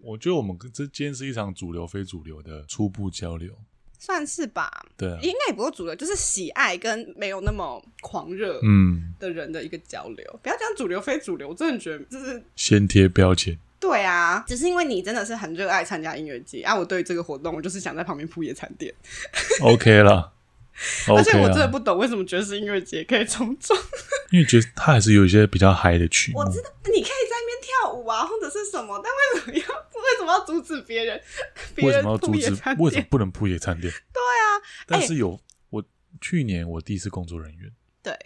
Speaker 2: 我觉得我们跟这今天是一场主流非主流的初步交流，
Speaker 1: 算是吧，
Speaker 2: 对啊，
Speaker 1: 应该也不是主流，就是喜爱跟没有那么狂热
Speaker 2: 嗯，
Speaker 1: 的人的一个交流。不要讲主流非主流，我真的觉得就是
Speaker 2: 先贴标签，
Speaker 1: 对啊，只是因为你真的是很热爱参加音乐节啊，我对于这个活动，我就是想在旁边铺野餐垫
Speaker 2: OK
Speaker 1: 嗯
Speaker 2: 啦
Speaker 1: 而且
Speaker 2: ，OK 啊
Speaker 1: 我真的
Speaker 2: 啦，
Speaker 1: 不懂为什么爵士音乐节可以从中
Speaker 2: 因为觉得他还是有一些比较嗨的曲目
Speaker 1: 我，知道你可以在那边跳舞啊，或者是什么，但为什么要为什么要阻止别人？别
Speaker 2: 为
Speaker 1: 人
Speaker 2: 什么要
Speaker 1: 铺
Speaker 2: 阻
Speaker 1: 野
Speaker 2: 止
Speaker 1: 餐？
Speaker 2: 为什么
Speaker 1: 垫？
Speaker 2: 不能铺野餐垫？对啊，
Speaker 1: 哎
Speaker 2: 但是有我去年我第一次工作人员，
Speaker 1: 对，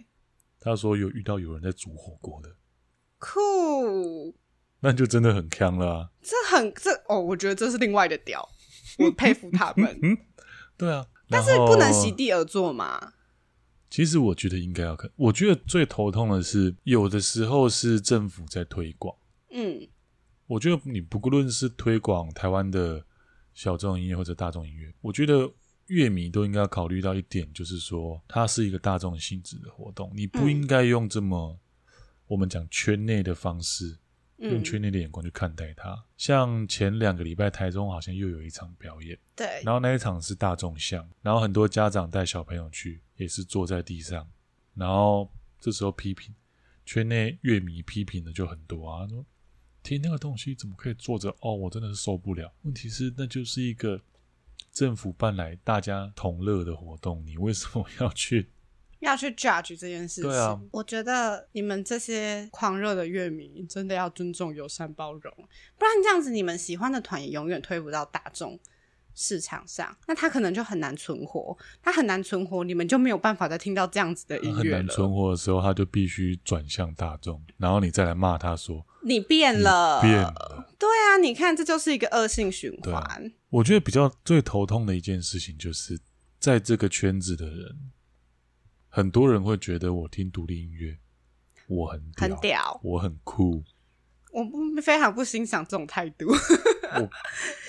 Speaker 2: 他说有遇到有人在煮火锅的，
Speaker 1: 酷，
Speaker 2: 那就真的很坑了、啊。。
Speaker 1: 这很这哦，我觉得这是另外的屌，我佩服他们
Speaker 2: 对啊，
Speaker 1: 但是
Speaker 2: 然后
Speaker 1: 不能席地而坐嘛？
Speaker 2: 其实我觉得应该要看，我觉得最头痛的是，有的时候是政府在推广。
Speaker 1: 嗯，
Speaker 2: 我觉得你不论是推广台湾的小众音乐或者大众音乐，我觉得乐迷都应该要考虑到一点，就是说它是一个大众性质的活动，你不
Speaker 1: 嗯
Speaker 2: 应该用这么、我们讲圈内的方式，用
Speaker 1: 嗯
Speaker 2: 圈内的眼光去看待它。像前两个礼拜台中好像又有一场表演。
Speaker 1: 对，
Speaker 2: 然后那一场是大众项，然后很多家长带小朋友去，也是坐在地上，然后这时候批评圈内乐迷批评的就很多啊，说听那个东西怎么可以坐着？哦，我真的是受不了。问题是那就是一个政府办来大家同乐的活动，你为什么要去？
Speaker 1: 要去 judge 这件事情。
Speaker 2: 对啊
Speaker 1: 我觉得你们这些狂热的乐迷真的要尊重、友善、包容，不然这样子你们喜欢的团也永远推不到大众市场上，那他可能就很难存活。他很难存活，你们就没有办法再听到这样子的
Speaker 2: 他
Speaker 1: 音
Speaker 2: 很
Speaker 1: 乐
Speaker 2: 难
Speaker 1: 了。
Speaker 2: 存活的时候，他就必须转向大众，然后你再来骂他说
Speaker 1: 你变了，
Speaker 2: 变了。
Speaker 1: 对啊，你看这就是一个恶性循
Speaker 2: 对啊
Speaker 1: 环。
Speaker 2: 我觉得比较最头痛的一件事情，就是在这个圈子的人，很多人会觉得我听独立音乐，我很屌
Speaker 1: 很屌
Speaker 2: 我很酷。
Speaker 1: 我不非常不欣赏这种态度。
Speaker 2: 我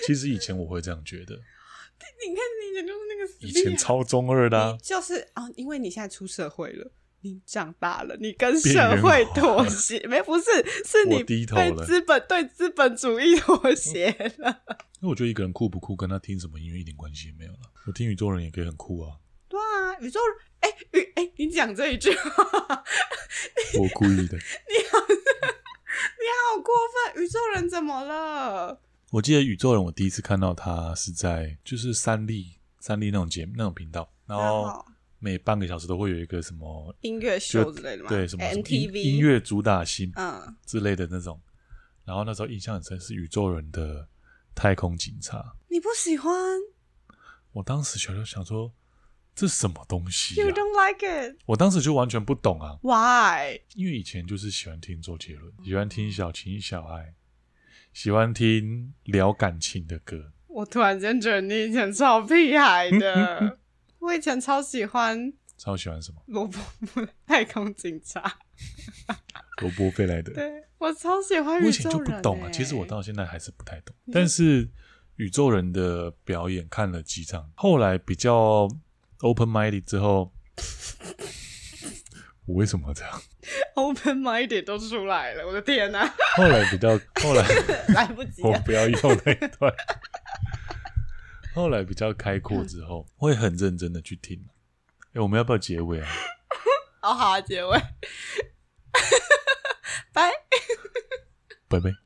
Speaker 2: 其实以前我会这样觉得，
Speaker 1: 你看，你以前就是那个死
Speaker 2: 以
Speaker 1: 屁
Speaker 2: 前
Speaker 1: 孩
Speaker 2: 超中二的、啊
Speaker 1: 你，就是啊、哦，因为你现在出社会了，你长大了，你跟
Speaker 2: 边
Speaker 1: 社
Speaker 2: 缘
Speaker 1: 会
Speaker 2: 化
Speaker 1: 妥协，没不是，是
Speaker 2: 我
Speaker 1: 你
Speaker 2: 低头
Speaker 1: 被
Speaker 2: 了
Speaker 1: 资本对资本主义妥协了。
Speaker 2: 因为我觉得一个人酷不酷跟他听什么音乐一点关系也没有了。我听宇宙人也可以很酷啊，
Speaker 1: 对啊，宇宙，哎、宇，哎、你讲这一句话，
Speaker 2: 我故意的。
Speaker 1: 好过分！宇宙人怎么了？
Speaker 2: 我记得宇宙人，我第一次看到他是在就是三立三立那种节目那种频道，然后每半个小时都会有一个什么
Speaker 1: 音乐秀之类的嘛，哎
Speaker 2: 对什么什么音
Speaker 1: MTV
Speaker 2: 音，乐主打新
Speaker 1: 嗯，
Speaker 2: 之类的那种。然后那时候印象很深是宇宙人的太空警察，
Speaker 1: 你不喜欢
Speaker 2: 我当时小时候想说这什么东西、
Speaker 1: ？You
Speaker 2: 啊？
Speaker 1: don't like it?
Speaker 2: 我当时就完全不懂啊，
Speaker 1: Why?
Speaker 2: 因为以前就是喜欢听周杰伦，喜欢听小情小爱，喜欢听聊感情的歌。
Speaker 1: 我突然间觉得你以前超屁孩 的，我以前超喜欢
Speaker 2: 超喜欢什么？
Speaker 1: 罗伯夫的 太空警察，
Speaker 2: 罗伯费莱德。
Speaker 1: 对我超喜欢
Speaker 2: 我
Speaker 1: 宇
Speaker 2: 以前
Speaker 1: 宙
Speaker 2: 就
Speaker 1: 人、
Speaker 2: 不
Speaker 1: 欸。嗯
Speaker 2: 懂啊，其实 我到现在还是不太懂。但是宇宙人的表演看了几场，后来比较 open minded 之后，我为什么这样？
Speaker 1: open minded 都出来了，我的天哪、
Speaker 2: 后来比较 后来
Speaker 1: 来不及 啊
Speaker 2: 我
Speaker 1: 了。
Speaker 2: 不要用那一段。后来比较开阔之后，会很认真的去听。哎、我们要不要结尾啊？
Speaker 1: 哦，好、啊，结尾，拜。
Speaker 2: 拜拜。